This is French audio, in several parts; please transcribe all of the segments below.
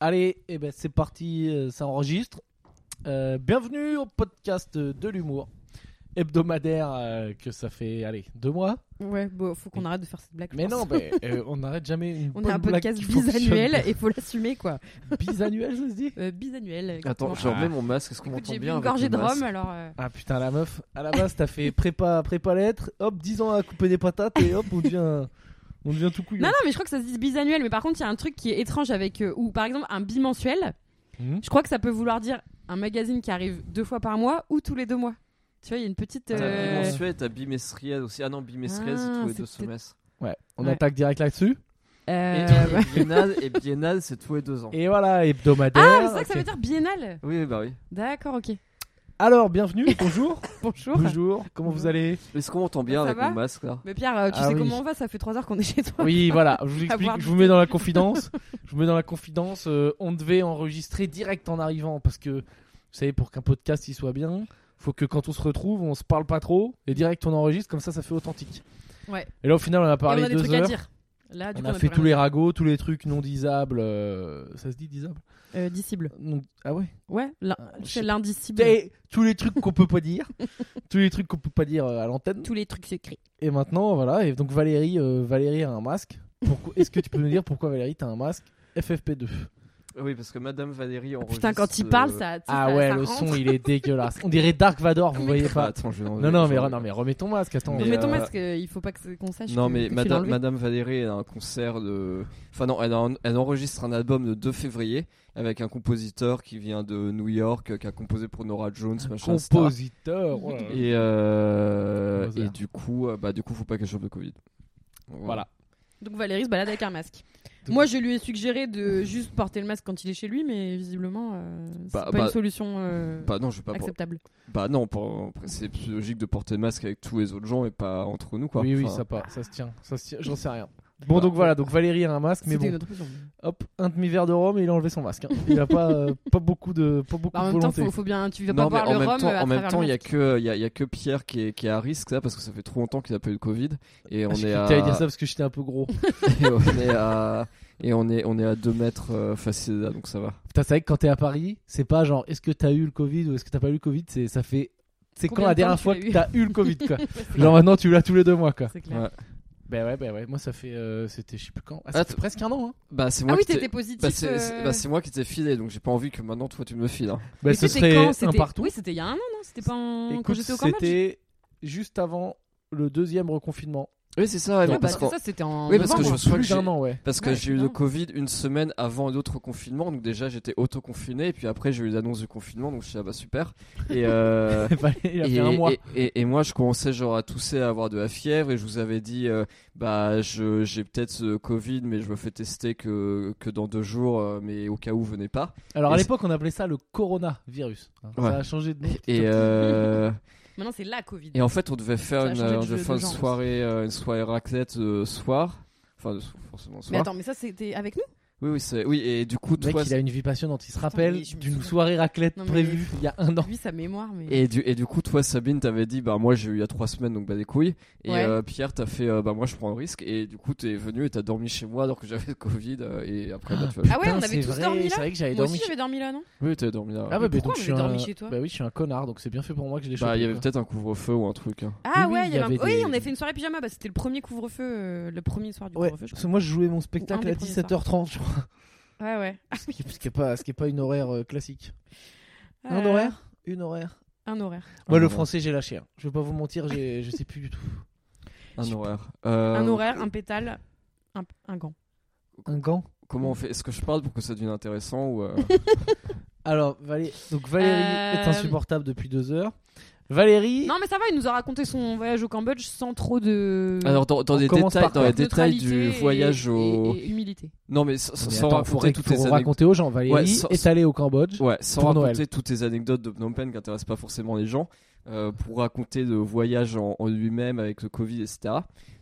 Allez, eh ben, c'est parti, euh, ça enregistre. Euh, bienvenue au podcast euh, de l'humour hebdomadaire euh, que ça fait, allez, deux mois. Ouais, bon, faut qu'on arrête de faire cette blague. je Mais pense. non, mais, euh, on n'arrête jamais une On bonne a un blague podcast qui fonctionne. bisannuel et faut l'assumer quoi. bisannuel, je se dis Euh, bisannuel. exactement. Attends, je remets mon masque, est-ce qu'on Ah. Écoute, m'entend j'ai bu bien une avec gorgée le de masque rhum alors. euh, Ah putain, la meuf, à la base, t'as fait prépa, prépa lettres, hop, 10 ans à couper des patates et hop, on devient, on devient tout couillon. Non, non, mais je crois que ça se dit bisannuel. Mais par contre, il y a un truc qui est étrange avec. euh, ou par exemple, un bimensuel. Hmm. Je crois que ça peut vouloir dire un magazine qui arrive deux fois par mois ou tous les deux mois. Tu vois, il y a une petite. Ah, T'as euh, bimensuel, t'as bimestriel aussi. Ah non, bimestriel, c'est Ah, tous les c'est deux peut-être- semestres. Ouais, on Ouais. attaque direct là-dessus. euh, Et, ouais. et biennale, et biennale, c'est tous les deux ans. Et voilà, hebdomadaire. Ah, mais c'est ça que ça ok. veut dire biennale. Oui, oui, bah oui. D'accord, ok. Alors, bienvenue, bonjour. Bonjour. bonjour, comment vous Bonjour. allez Est-ce qu'on m'entend bien Ça avec va mon masque là Mais Pierre, euh, tu Ah sais oui. comment on va Ça fait trois heures qu'on est chez toi. Oui, voilà, je vous explique, Avoir je vous mets dans la confidence. je vous mets dans la confidence. euh, on devait enregistrer direct en arrivant parce que, vous savez, pour qu'un podcast il soit bien, faut que quand on se retrouve, on se parle pas trop et direct on enregistre, comme ça ça fait authentique. Ouais. Et là au final on a Et on parlé a des deux trucs heures. à dire. Là, du on coup, a peut fait rien tous les dire. ragots, tous les trucs non disables. euh, ça se dit disable Euh, Discible. Non, Ah ouais Ouais, l'in- Ah, je c'est sais- l'indicible. Et Tous les trucs qu'on peut pas dire. tous les trucs qu'on peut pas dire euh, à l'antenne. Tous les trucs secrets. Et maintenant, voilà. Et donc Valérie, euh, Valérie a un masque. Pourquoi... Est-ce que tu peux nous dire pourquoi Valérie t'as un masque FFP2 Oui, parce que Madame Valérie enregistre. Putain, quand il parle, euh, ça. tu sais, Ah ça- ouais, ça le rentre. son il est dégueulasse. On dirait Dark Vador, vous voyez Ah, pas. attends, je vais Non, non, mais, non, mais remets ton masque, attends. Mais, Donc, mettons, euh, parce qu'il faut pas que- qu'on sache. Non, que- mais que tu l'as Madame, enlevé. Madame Valérie, elle a un concert de. Enfin, non, elle, a un- elle enregistre un album le 2 février avec un compositeur qui vient de New York, euh, qui a composé pour Nora Jones, euh, machin. etc. Compositeur. oh là là. Et, euh, Mozart. et du coup, euh, bah, du coup, faut pas qu'elle chope de Covid. Voilà. Donc Valérie se balade avec un masque. Donc- Moi, je lui ai suggéré de juste porter le masque quand il est chez lui, mais visiblement, euh, c'est Bah, pas bah, une solution euh, Bah non, je vais pas. por- acceptable. Bah non, pour- c'est plus logique de porter le masque avec tous les autres gens et pas entre nous, quoi. Oui, oui, Enfin, ça, part, ça se tient. Ça se tient, J'en sais rien. Bon, donc voilà, donc Valérie a un masque, mais C'était bon, une autre raison. hop, un demi-verre de rhum et il a enlevé son masque. hein. Il a pas, euh, pas beaucoup de, pas beaucoup Bah, en de même temps, volonté. faut, faut bien, tu vas Non, pas mais boire en le même rhum temps, euh, à en même travers temps, le il y a masque. que il y, a- il y a que Pierre qui est, qui est à risque là parce que ça fait trop longtemps qu'il a pas eu le Covid et on Ah, je est croyais à que t'allais dire ça parce que j'étais un peu gros. et on est à et on est on est à 2 mètres euh, facile là, donc ça va. Putain, c'est vrai que quand t'es à Paris, c'est pas genre est-ce que t'as eu le Covid ou est-ce que t'as pas eu le Covid, c'est ça fait. C'est quand Combien la de temps dernière tu fois l'as que eu t'as eu le Covid, quoi. C'est clair. Genre maintenant, tu l'as tous les deux mois, quoi. C'est clair. Ouais. Ben ouais, ben ouais, moi ça fait. euh, C'était, je sais plus quand. Ah, ça Attends. fait presque un an, hein. Bah c'est moi Ah oui, qui t'étais t'ai positif. bah, c'est- c'est euh, bah, c'est moi qui t'ai filé donc j'ai pas envie que maintenant toi tu me files. hein. Ben mais ce c'était serait quand un C'était- partout. Oui, c'était il y a un an, non C'était pas en- quand Écoute, j'étais au Cambodge. c'était juste avant le deuxième reconfinement. Oui, c'est ça. Ouais, non, bah, Ah, parce c'est qu'en- ça, c'était en. Oui, parce que novembre. je me souviens plus que d'un j'ai- an, ouais. Parce que Ouais, j'ai eu putain. le Covid une semaine avant l'autre confinement, donc déjà j'étais auto-confiné, et puis après j'ai eu l'annonce du confinement, donc je suis ah bah super. Et, euh, Il a fait et, un mois. et- et- et moi je commençais genre à tousser, à avoir de la fièvre, et je vous avais dit euh, bah je- j'ai peut-être ce Covid, mais je me fais tester que, que dans deux jours, euh, mais au cas où venez pas. Alors à et- l'époque, on appelait ça le coronavirus. Hein, Ça Ouais. a changé de nom. Et, euh, Maintenant, c'est la Covid. et en fait on devait faire Ça a une, changé de on devait jeu- faire de une genre. soirée, euh, une soirée raclette euh, soir, enfin forcément Mais soir. attends, mais ça, c'était avec nous Oui oui c'est oui et du coup Le mec, toi il a une vie passionnante. Il se Attends, rappelle mais je me d'une souviens. soirée raclette Non, mais- prévue il y a un an. Lui, sa mémoire, mais. Et du, et du coup, toi, Sabine, t'avais dit, bah moi j'ai eu il y a trois semaines, donc bah des couilles. Et Ouais. euh, Pierre, t'as fait, euh, bah moi je prends un risque. Et du coup, t'es venu et t'as dormi chez moi alors que j'avais le Covid. euh, et après, bah, tu vas- Ah ouais, on Putain, avait c'est tous vrai, dormi là C'est vrai que j'avais Moi dormi. aussi j'avais dormi là, non Oui, t'avais dormi là. Ah ouais, bah Mais pourquoi donc je on suis avait un... dormi chez toi Bah oui, je suis un connard, donc c'est bien fait pour moi que je l'ai bah, chopé, il y avait quoi. peut-être un couvre-feu ou un truc. hein. Ah oui, ouais, il il y y avait avait un- oui, des- on avait fait une soirée pyjama, bah, c'était le premier couvre-feu, euh, le premier soir du Ouais, couvre-feu. je parce que moi je jouais mon Un spectacle des à premiers 17h30, je crois. crois. Ouais, ouais. Ce qui ce qui est pas, ce qui est pas une horaire euh, classique. Un Euh, horaire Une horaire. Un horaire. Moi, Un le horaire. français, j'ai lâché. hein. Je vais pas vous mentir, j'ai- je sais plus du tout. Un horaire. Euh, Un horaire, un pétale, un, un gant. Un gant Comment on fait Est-ce que je parle pour que ça devienne intéressant ou euh, Alors, Valé- donc Valérie est Euh, insupportable depuis deux heures. Valérie, Non, mais ça va, il nous a raconté son voyage au Cambodge sans trop de. Alors, dans, dans On les commence détails, par dans les quoi détails neutralité du et- voyage au. Et, et humilité. Non, mais sans, Mais sans attends, raconter faudrait- toutes faut les anecdotes. raconter aux gens. Valérie Ouais, sans- est allée au Cambodge. Ouais, sans Pour raconter Noël. toutes les anecdotes de Phnom Penh qui n'intéressent pas forcément les gens, euh, pour raconter le voyage en, en lui-même avec le Covid, etc.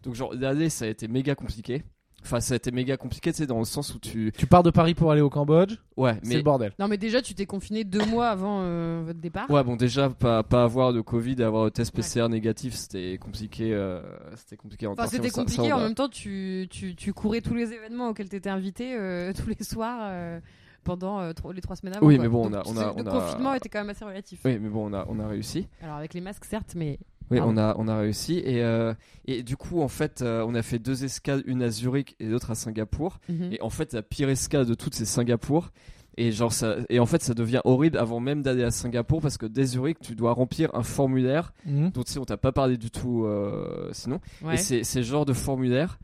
Donc, genre, l'année, ça a été méga compliqué. Enfin, ça a été méga compliqué, tu sais, dans le sens où tu. Tu pars de Paris pour aller au Cambodge, Ouais, c'est mais. le bordel. Non, mais déjà, tu t'es confiné deux mois avant euh, votre départ. Ouais, bon, déjà, pas, pas avoir de Covid et avoir le test PCR négatif, c'était compliqué. euh, c'était compliqué en Enfin, termes- c'était ça- ça, compliqué. hein. on en a- même temps, tu, tu, tu courais tous les événements auxquels t'étais invité euh, tous les soirs. euh, pendant euh, tro- les trois semaines avant. Oui, quoi. mais bon, Donc, on a- on ce- a- le on a- confinement était quand même assez relatif. Oui, mais bon, on a, on a réussi. Alors avec les masques, certes, mais Oui, Pardon. on a, on a réussi. Et, euh, et du coup, en fait, euh, on a fait deux escales, une à Zurich et l'autre à Singapour. mhm. Et en fait, la pire escale de toutes, c'est Singapour. Et, genre, ça, et en fait, ça devient horrible avant même d'aller à Singapour parce que dès Zurich, tu dois remplir un formulaire Mhm. dont tu sais, on t'a pas parlé du tout euh, sinon. Ouais. Et c'est c'est le genre de formulaire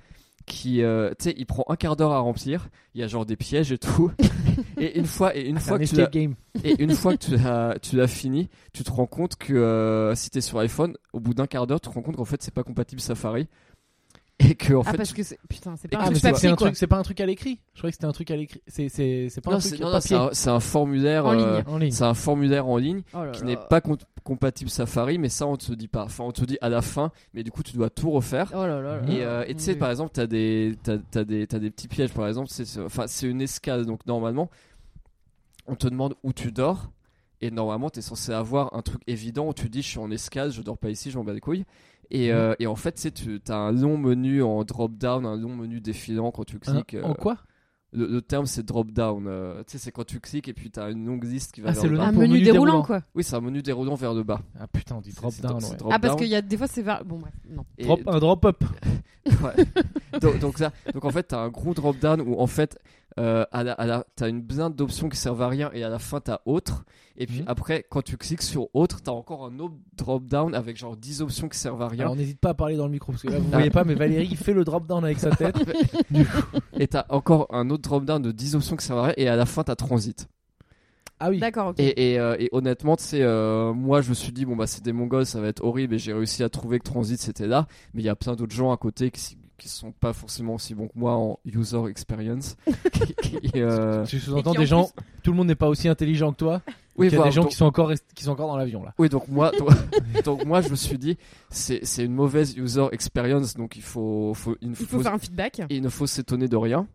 qui, euh, tu sais, il prend un quart d'heure à remplir. Il y a genre des pièges et tout. et une fois, et une Ah, C'est fois un que tu Ah, l'as- escape game. et une fois que tu l'as, tu l'as fini, tu te rends compte que euh, si t'es sur iPhone, au bout d'un quart d'heure, tu te rends compte qu'en fait c'est pas compatible Safari et que en ah fait. parce tu- que c'est... putain, c'est Et pas que Ah, un mais truc c'est c'est papier un quoi. truc, c'est pas un truc à l'écrit. Je croyais que c'était un truc à l'écrit. C'est c'est c'est pas Non, un c'est truc non, non, c'est papier. un, c'est un formulaire En euh, ligne. En ligne. c'est un formulaire en ligne Oh là qui là. n'est pas com- compatible Safari, mais ça on te dit pas. Enfin, on te dit à la fin, mais du coup tu dois tout refaire. Oh là là. là Et là. euh, et tu sais, Mon par exemple, t'as des, t'as, t'as des, t'as des petits pièges, par exemple. C'est, c'est- enfin, c'est une escale, donc normalement, on te demande où tu dors. Et normalement, t'es censé avoir un truc évident où tu dis je suis en escale, je dors pas ici, je m'en bats les couilles. Et, Mm. euh, et en fait, tu sais, tu as un long menu en drop-down, un long menu défilant quand tu Hein, cliques. euh, En quoi le, le terme, c'est drop-down. euh, tu sais, c'est quand tu cliques et puis t'as une longue liste qui va Ah, vers c'est le le Dieu. bas. un pour menu menu déroulant déroulant. quoi. Oui, c'est un menu déroulant vers le bas. Ah putain, on dit C'est- drop c'est- down. c'est ouais. Ah parce drop-down. qu'il y a des fois c'est var- bon bref non. Et- Drop, un drop up. Ouais. donc, donc, ça, donc en fait, t'as un gros drop-down où en fait, euh, à la, à la- t'as une blinde d'options qui servent à rien et à la fin, t'as autre. Et puis Mhm. après, quand tu cliques sur autre, t'as encore un autre drop-down avec genre 10 options qui servent à rien. Alors n'hésite pas à parler dans le micro parce que là Ah. vous voyez pas, mais Valérie il fait le drop down avec sa tête. Et t'as encore un autre drop-down de 10 options qui servent à rien et à la fin, t'as transit. Ah oui. D'accord ok. Et, et, euh, et honnêtement, tu sais, euh, moi je me suis dit, bon bah c'est des mongols, ça va être horrible et j'ai réussi à trouver que transit c'était là. Mais il y a plein d'autres gens à côté qui, qui sont pas forcément aussi bons que moi en user experience. Et, euh, Tu sous-entends Et qui, en des gens. Tout le monde n'est pas aussi intelligent que toi. oui, il y a voilà, des gens donc- qui sont encore rest- qui sont encore dans l'avion là. Oui, donc moi, donc, donc moi, je me suis dit, c'est c'est une mauvaise user experience, donc il faut, faut, il ne Il faut faire un feedback. il ne faut s'étonner de rien.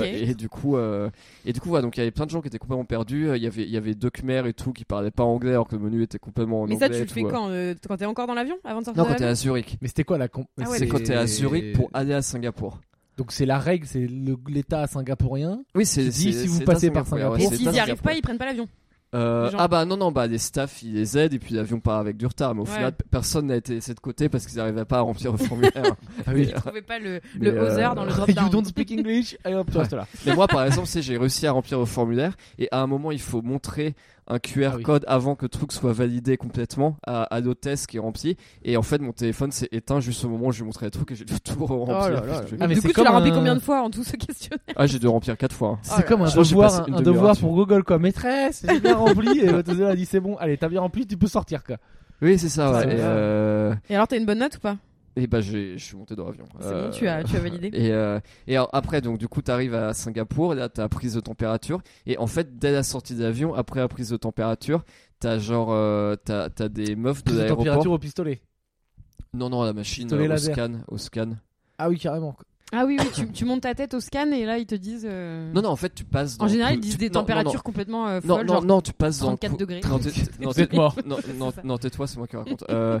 Ok. Et du coup, euh, et du coup, voilà, donc il y avait plein de gens qui étaient complètement perdus. Il y avait, il y avait deux Khmer et tout qui parlaient pas anglais, alors que le menu était complètement en Mais anglais. ça tu et le tout, fais euh. quand euh, quand t'es encore dans l'avion avant de sortir Non, de quand t'es l'avion à Zurich. Mais c'était quoi la comp Ah ouais, c'est mais- quand t'es à Zurich pour aller à Singapour. Donc c'est la règle, c'est le- l'État singapourien. Oui, c'est Qui dit c'est- si vous c'est passez à par ouais, Singapour. Et c'est s'ils à y arrivent Singapour. pas ils prennent pas l'avion. Euh, Les gens- ah bah non non bah les staffs ils les aident et puis l'avion part avec du retard mais au Ouais. final pe- personne n'a été laissé de côté parce qu'ils n'arrivaient pas à remplir le formulaire Ah oui. Ils trouvaient pas le Mais, le euh, other dans le drop you don't down. Oh speak English. Allez hop, tu Ouais. restes là. Mais moi, par exemple, si j'ai réussi à remplir le formulaire et à un moment, il faut montrer un QR Ah oui. code avant que le truc soit validé complètement à, à l'hôtesse qui est rempli. Et en fait, mon téléphone s'est éteint juste au moment où je lui montrais le truc et j'ai dû tout remplir. là là Ah, mais Du c'est coup tu comme l'as rempli un- combien de fois en tout ce questionnaire Ah, j'ai dû remplir quatre fois. Oh là C'est comme là. un Je pense que j'ai passé devoir, une un demi-heure devoir là-dessus. pour Google quoi. Maîtresse, j'ai bien rempli. Et votre elle a dit c'est bon, allez, t'as bien rempli, tu peux sortir quoi. Oui, c'est ça. C'est Ouais. Et, ça. euh, Et alors t'as une bonne note ou pas et bah, j'ai- je suis monté dans l'avion. C'est Euh, bon tu as tu as validé. Et, euh, et alors, après, donc du coup, t'arrives à Singapour, là, t'as prise de température. Et en fait, dès la sortie d'avion, après la prise de température, t'as genre, euh, t'as t'as des meufs de Prise de l'aéroport. température au pistolet. Non, non, à la machine, Pistolet euh, au laser. scan, au scan. Ah oui, carrément. quoi. Ah oui oui tu tu montes ta tête au scan et là ils te disent. euh, Non, non, en fait, tu passes. Dans En général, tu- ils disent tu- des non, non, températures complètement euh, Non, non, folles. non, genre- non, tu passes dans. 34 degrés. Non, t'es- non, Vous êtes t'es- mort. Non, non, ça. non, tais-toi, c'est moi qui raconte. Euh,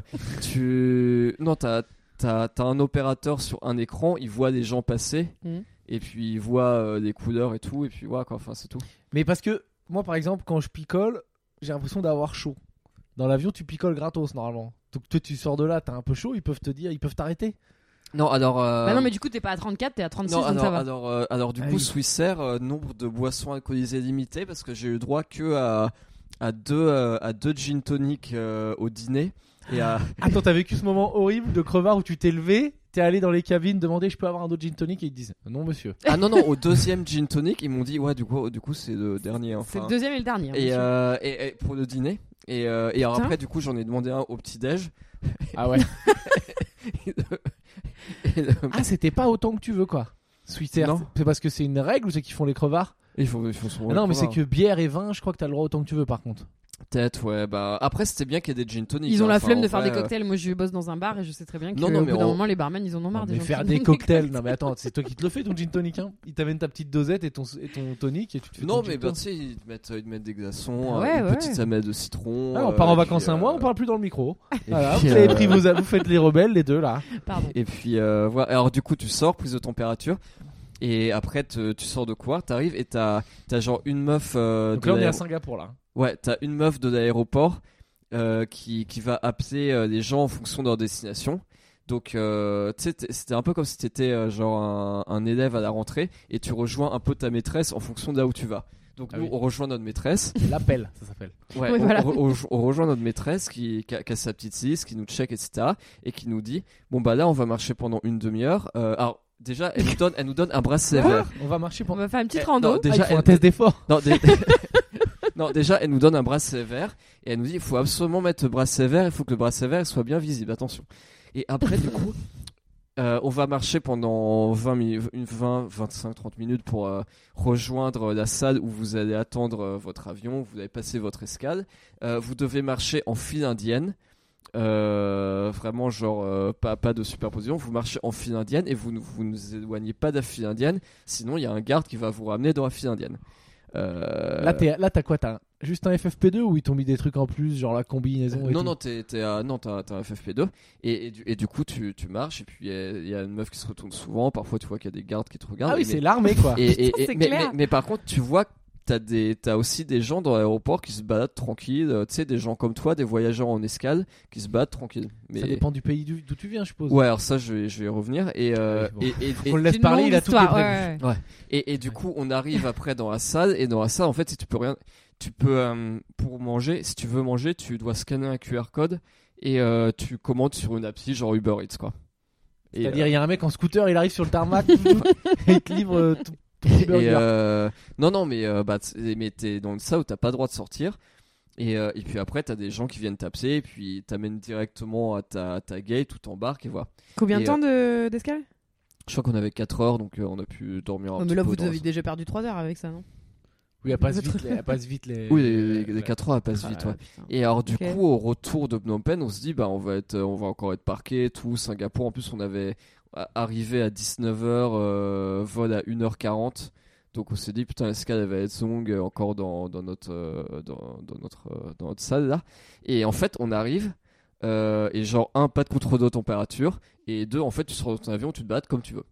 tu. Non, t'as t'as- t'as un opérateur sur un écran, il voit les gens passer, Mhm. et puis il voit euh, les couleurs et tout, et puis voilà quoi, enfin, c'est tout. Mais parce que moi, par exemple, quand je picole, j'ai l'impression d'avoir chaud. Dans l'avion, tu picoles gratos normalement. Donc toi, tu sors de là, t'as un peu chaud, ils peuvent te dire, ils peuvent t'arrêter. Non, alors. euh, Bah non mais du coup t'es pas à 34 t'es à 36 non, donc alors, ça va. alors, euh, alors, du Ah coup, oui. Swissair, euh, nombre de boissons alcoolisées limitées, parce que j'ai eu droit que à, à, deux, euh, à deux gin tonic euh, au dîner, et à. Attends, t'as vécu ce moment horrible de crevard où tu t'es levé, t'es allé dans les cabines demander, je peux avoir un autre gin tonic et ils te disent, non monsieur. Ah non, non, au deuxième gin tonic, ils m'ont dit, ouais, du coup, du coup c'est le dernier. C'est Enfin. le deuxième et le dernier. hein, et, monsieur. euh, et, et pour le dîner. Et, euh, et alors Putain. après, du coup, j'en ai demandé un au petit-déj. Ah ouais. Et le- et le- ah c'était pas autant que tu veux quoi. Swissair, Non. c'est- c'est parce que c'est une règle ou c'est qu'ils font les crevards Ils font, ils font souvent Ah Non, les mais c'est que crevards. bière et vin, je crois que t'as le droit autant que tu veux par contre. Peut-être, ouais. Bah, après, c'était bien qu'il y ait des gin tonic. Ils ont hein. la Enfin, flemme de en faire vrai, des cocktails. Moi, je bosse dans un bar et je sais très bien que Non, non, au mais bout d'un on- moment, les barman, ils en ont marre. mais gens qui faire font des cocktails, non mais attends, c'est toi qui te le fais ton gin tonic, hein Ils t'amènent ta petite dosette et ton, et ton tonic et tu te fais Non, ton mais gin bah, tonic. tu sais, ils te mettent, ils te mettent des glaçons, euh, Ouais, une ouais. petite amède de citron. Ah, on euh, part en et puis, vacances un euh, mois, on parle plus dans le micro. et Voilà, puis, vous avez euh, pris vos, vous faites les rebelles, les deux là. Pardon. Et puis euh, voilà. Alors du coup, tu sors, prise de température. Et après, te- tu sors de quoi T'arrives et t'as as genre une meuf. euh, Donc de là, on est à l'aéro- Singapour, là. Ouais, t'as une meuf de l'aéroport euh, qui, qui va appeler euh, les gens en fonction de leur destination. Donc, euh, tu sais, t'es- c'était un peu comme si t'étais euh, genre un, un élève à la rentrée et tu rejoins un peu ta maîtresse en fonction de là où tu vas. Donc, Ah nous, oui. on rejoint notre maîtresse. L'appel, ça s'appelle. Ouais, Oui, on, voilà. on- on- on rejoint notre maîtresse qui, qui a, qui a sa petite six, qui nous check, etc. Et qui nous dit Bon, bah là, on va marcher pendant une demi-heure. Euh, alors, déjà, elle nous donne, elle nous donne un bracelet Quoi vert. Euh, On va marcher On pour. va faire une petite Eh, rando. non, déjà, Ah, il faut un elle- test d'effort. non, dé- non, déjà, elle nous donne un bracelet vert et elle nous dit il faut absolument mettre le bracelet vert, il faut que le bracelet vert il soit bien visible, attention. Et après, du coup, euh, on va marcher pendant 20, mi- une 20 25, 30 minutes pour euh, rejoindre la salle où vous allez attendre euh, votre avion, vous allez passer votre escale. Euh, vous devez marcher en file indienne. Euh, vraiment genre euh, pas, pas de superposition vous marchez en file indienne et vous ne vous ne vous éloignez pas de la file indienne sinon il y a un garde qui va vous ramener dans la file indienne Euh, Là, t'es- là, t'as quoi T'as un- juste un FFP2 ou ils t'ont mis des trucs en plus, genre la combinaison et non, tout non, t'es, t'es à- non, t'as, t'as un FFP2 et, et du, et du coup tu, tu marches et puis il y a- il y, a une meuf qui se retourne souvent. Parfois tu vois qu'il y a des gardes qui te regardent. Ah oui, mais- c'est l'armée, quoi. et- et- Putain, et- c'est mais, clair. mais- mais par contre tu vois que t'as des t'as aussi des gens dans l'aéroport qui se baladent tranquilles. euh, Tu sais des gens comme toi, des voyageurs en escale qui se battent tranquilles. Mais Ça dépend du pays d'où d'où tu viens, je suppose. ouais, alors ça je vais, je vais y revenir et, euh, Ah oui, et- et- et- On le laisse une parler, longue il a tout qui est histoire, prévu. ouais, ouais. et, et du coup, on arrive après dans la salle. Et dans la salle, en fait, si tu peux rien, tu peux euh, pour manger, si tu veux manger, tu dois scanner un QR code et euh, tu commandes sur une appli genre Uber Eats quoi. Et, C'est-à-dire, il y a un mec en scooter, il arrive sur le tarmac, et il te livre euh, tout- ton euh, petit burger. et, euh, non non mais euh, bah t'es- mais t'es dans une salle où t'as pas le droit de sortir. Et, euh, et puis après, t'as des gens qui viennent t'appeler et puis t'amènent directement à ta, ta gate ou t'embarques et voilà. Combien de Et, temps de- d'escale Je crois qu'on avait 4 heures donc euh, on a pu dormir un Oh, petit Mais là, peu vous dans la avez déjà perdu 3 heures avec ça, non Oui, elle passe votre- vite, les- elle passe vite les. Oui, les, les les- 4 heures elles passent vite, Ah, ouais. putain. Et alors du Ok. coup au retour de Phnom Penh, on se dit bah on va être on va encore être parqué tout Singapour en plus on avait a- arrivé à 19h euh, vol à 1h40. Donc on s'est dit putain l'escale elle va être longue euh, encore dans, dans notre euh, dans, dans notre euh, dans notre salle là. Et en fait on arrive euh, et genre un pas de contrôle de température et deux en fait tu sors de ton avion tu te battes comme tu veux.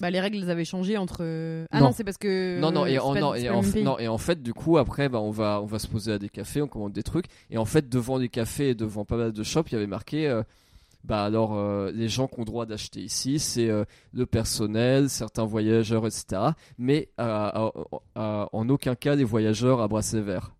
Bah, les règles, elles avaient changé entre. Ah Non. non, c'est parce que. Non, non, c'est et en, pas- non, c'est et pas le en, même pays. non, et en fait, du coup, après, bah, on, va, on va se poser à des cafés, on commande des trucs. Et en fait, devant les cafés et devant pas mal de shops, il y avait marqué euh, bah, alors, euh, les gens qui ont droit d'acheter ici, c'est euh, le personnel, certains voyageurs, etc. Mais euh, à- à- en aucun cas, les voyageurs à bracelet vert.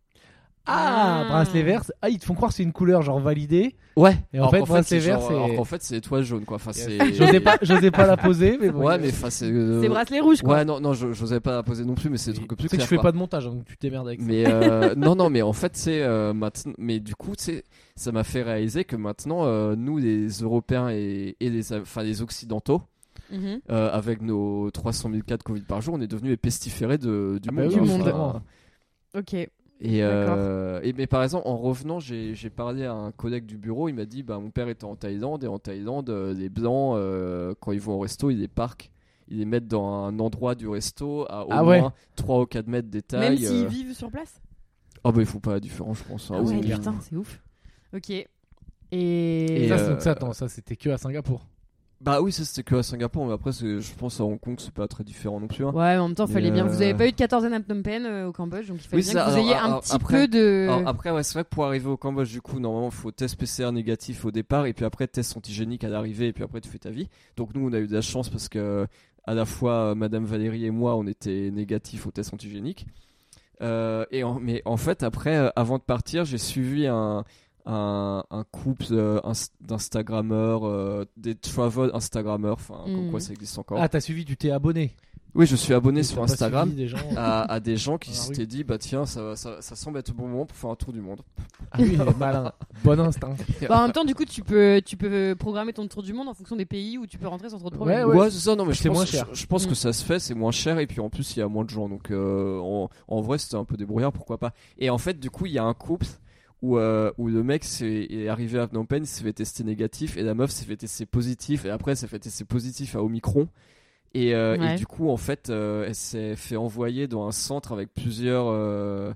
Ah, Ah. bracelet vert. c'est- Ah, ils te font croire que c'est une couleur genre validée. Ouais, Et en fait, bracelet vert, c'est- En fait, c'est étoile jaune, quoi. Enfin, c'est. J'osais pas, j'osais pas la poser, mais bon. Ouais, il- mais enfin, c'est. euh, C'est bracelet rouge, quoi. Ouais, non, non, je- j'osais pas la poser non plus, mais c'est le truc le plus Tu sais que clair, je fais quoi. pas de montage, hein, donc tu t'émerdes avec ça. Mais euh, non, non, mais en fait, c'est euh, maintenant. Mais du coup, c'est ça m'a fait réaliser que maintenant, euh, nous, les Européens et, et les, enfin, les Occidentaux, Mhm. euh, avec nos 300 000 cas de Covid par jour, on est devenus les pestiférés de, du Ah bah monde. oui, hein, du monde. enfin. Ok. Et, euh, et mais par exemple, en revenant, j'ai j'ai parlé à un collègue du bureau. Il m'a dit, bah, mon père était en Thaïlande et en Thaïlande, euh, les blancs, euh, quand ils vont au resto, ils les parquent. Ils les mettent dans un endroit du resto à au Ah moins ouais. 3 ou 4 mètres des tailles. Même s'ils euh. vivent sur place Ah bah ils font pas la différence, je pense. hein, Ah ou- ouais, ouais, c'est clair. putain, c'est ouf. Ok. Et. Et, ça, euh, c'est- donc ça, attends, ça c'était que à Singapour. Bah oui, ça c'était que à Singapour, mais après c'est- je pense à Hong Kong, c'est pas très différent non plus. hein. Ouais, mais en même temps, fallait Et, bien. Vous avez euh, pas eu de quatorzaine à Phnom Penh euh, au Cambodge, donc il fallait Oui, bien ça, que vous alors, ayez un alors, petit après- peu de. Alors, après, ouais, c'est vrai que pour arriver au Cambodge, du coup, normalement, faut test PCR négatif au départ, et puis après test antigénique à l'arrivée, et puis après tu fais ta vie. Donc nous, on a eu de la chance parce que à la fois euh, Madame Valérie et moi, on était négatifs au test antigénique. Euh, et en- mais en fait, après, euh, avant de partir, j'ai suivi un, un, un couple euh, ins- d'Instagrammeurs, euh, des travel Instagrammeurs, enfin, comme Mhm. quoi ça existe encore. Ah, t'as suivi, tu t'es abonné. Oui, je suis abonné T'as sur pas Instagram. Ah. suivi des gens. à, à des gens qui Dans la s'étaient dit bah tiens ça, ça, ça semble être le bon moment pour faire un tour du monde. Ah oui, il est malin. Bon instinct. Bah, en même temps, du coup, tu peux, tu peux programmer ton tour du monde en fonction des pays où tu peux rentrer sans trop de problèmes. Ouais, ouais, c'est ça non mais je C'est pense, moins cher. Je, je pense Mm. que ça se fait c'est moins cher et puis en plus il y a moins de gens donc euh, en, en vrai c'était un peu débrouillard pourquoi pas. Et en fait du coup il y a un couple où, euh, où le mec s'est- est arrivé à Phnom Penh il s'est fait tester négatif et la meuf s'est fait tester positif et après elle s'est fait tester positif à Omicron. Et, euh, et Ouais. du coup, en fait, euh, elle s'est fait envoyer dans un centre avec plusieurs, euh,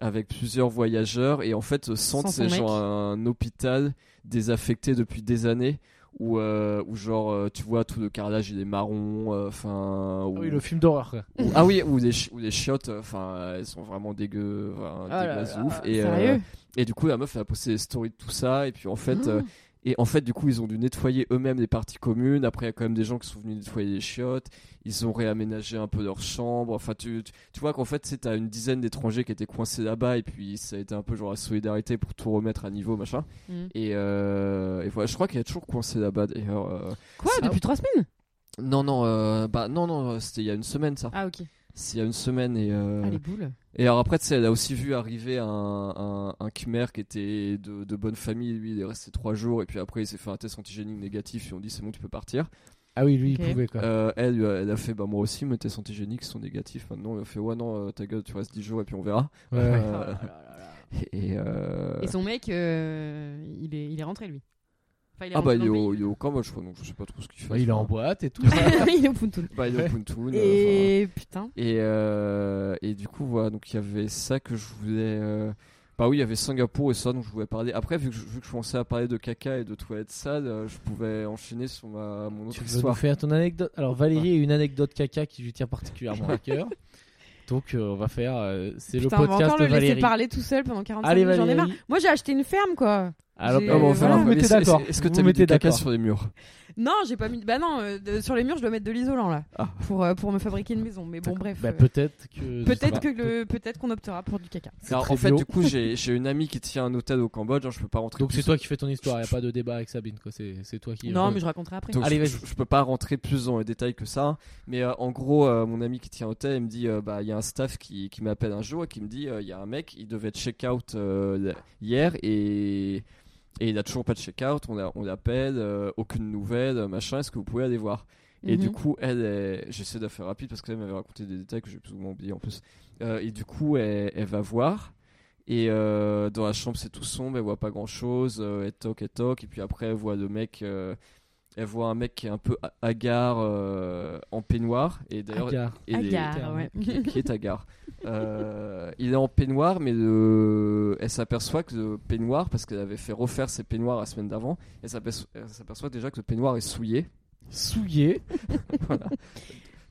avec plusieurs voyageurs. Et en fait, le centre, Sans c'est son genre un hôpital désaffecté depuis des années où, euh, où genre, euh, tu vois, tout le carrelage, il est marron, euh, enfin... Ah oui, le film d'horreur. quoi. Ou- ah oui, ou des, chi- ou des chiottes, enfin, elles sont vraiment dégueu, enfin, Ah là dégueulasses de là, ouf. Et, euh, Sérieux et du coup, la meuf, elle a posté des stories de tout ça, et puis en fait, euh, Oh. et en fait, du coup, ils ont dû nettoyer eux-mêmes les parties communes. Après, il y a quand même des gens qui sont venus nettoyer les chiottes. Ils ont réaménagé un peu leur chambre. Enfin, tu, tu, tu vois qu'en fait, c'est t'as une dizaine d'étrangers qui étaient coincés là-bas. Et puis, ça a été un peu genre la solidarité pour tout remettre à niveau, machin. Mm. Mhm. Et, euh, et voilà, je crois qu'il y a toujours coincé là-bas d'ailleurs. euh. Quoi ça- Depuis trois semaines Non, non, euh, bah, non, non, c'était il y a une semaine ça. Ah, ok. C'est il y a une semaine et. euh, Ah, les boules. et alors après, tu sais, elle a aussi vu arriver un, un, un Khmer qui était de, de bonne famille. Lui, il est resté trois jours et puis après, il s'est fait un test antigénique négatif et on dit c'est bon, tu peux partir. Ah oui, lui, Ok. il pouvait quoi. Euh, elle, lui, elle a fait bah moi aussi, mes tests antigéniques sont négatifs. Maintenant, elle a fait ouais non, euh, ta gueule, tu restes 10 jours et puis on verra. Ouais, ouais. Oh Euh, et euh, Et son mec, euh, il, est, il est rentré, lui. Enfin, il est ah bah rentré il dans est, le au, il est au Cambodge, je crois, donc je sais pas trop ce qu'il fait. Ouais, Bah, il est en boîte et tout. pays. il est au Puntun. Bah, il est au Puntoon, euh, enfin. Et putain. Et, euh, et du coup, voilà, donc il y avait ça que je voulais. euh, Bah oui, il y avait Singapour et ça dont je voulais parler. Après, vu que je, vu que je commençais à parler de caca et de toilettes sales, euh, je pouvais enchaîner sur ma, mon autre Tu veux nous histoire. faire ton anecdote Alors Valérie a une anecdote caca qui lui tient particulièrement à cœur. Donc euh, on va faire. euh, c'est le Putain, on va podcast encore de le laisser Valérie. parler tout seul pendant 45 Allez minutes. J'en ai marre. Valérie. Moi, j'ai acheté une ferme, quoi. Alors, J'ai- Ah, bon, on Euh, fait voilà. un vous peu- mettez est-ce- d'accord. Est-ce que Vous t'as mis mettez du caca d'accord. sur les murs Non, j'ai pas mis. Bah non, euh, de- sur les murs, je dois mettre de l'isolant là, Ah. pour euh, pour me fabriquer une maison. Mais bon, bref. Bah, euh, peut-être que. Peut-être que le, peut-être qu'on optera pour du caca. C'est Alors, très En fait, bio. du coup, j'ai j'ai une amie qui tient un hôtel au Cambodge, hein, je peux pas rentrer. Donc plus- c'est toi qui fais ton histoire. Il a pas de débat avec Sabine. quoi. C'est c'est toi qui. euh, Non, mais je raconterai après. Donc, Allez, je, vas-y. je- je peux pas rentrer plus dans les détails que ça. hein. Mais euh, en gros, euh, mon ami qui tient l'hôtel, il me dit euh, bah, il y a un staff qui, qui m'appelle un jour et qui me dit euh, il y a un mec, il devait être check-out euh, la- hier et, et il a toujours pas de check-out. On, a- on l'appelle, euh, aucune nouvelle, euh, machin, est-ce que vous pouvez aller voir et Mhm. du coup, elle, elle- j'essaie de la faire rapide parce qu'elle m'avait raconté des détails que j'ai plus ou moins oublié en plus. Euh, et du coup, elle, elle va voir. Et euh, dans la chambre, c'est tout sombre, elle voit pas grand chose. elle toque, elle toque. Et puis après, elle voit le mec. euh, elle voit un mec qui est un peu a- hagard euh, en peignoir. Et d'ailleurs, Agar. et les- Agar, ouais. qui, qui est hagard. Euh, il est en peignoir, mais le- elle s'aperçoit que le peignoir, parce qu'elle avait fait refaire ses peignoirs la semaine d'avant, elle s'aperçoit elle s'aperçoit déjà que le peignoir est souillé. Souillé.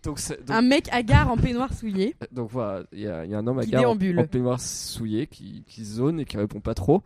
Donc, c'est- donc- Un mec hagard en peignoir souillé. Donc voilà, il y, a il y a un homme à Qui gare en, déambule. en peignoir souillé qui, qui zone et qui répond pas trop.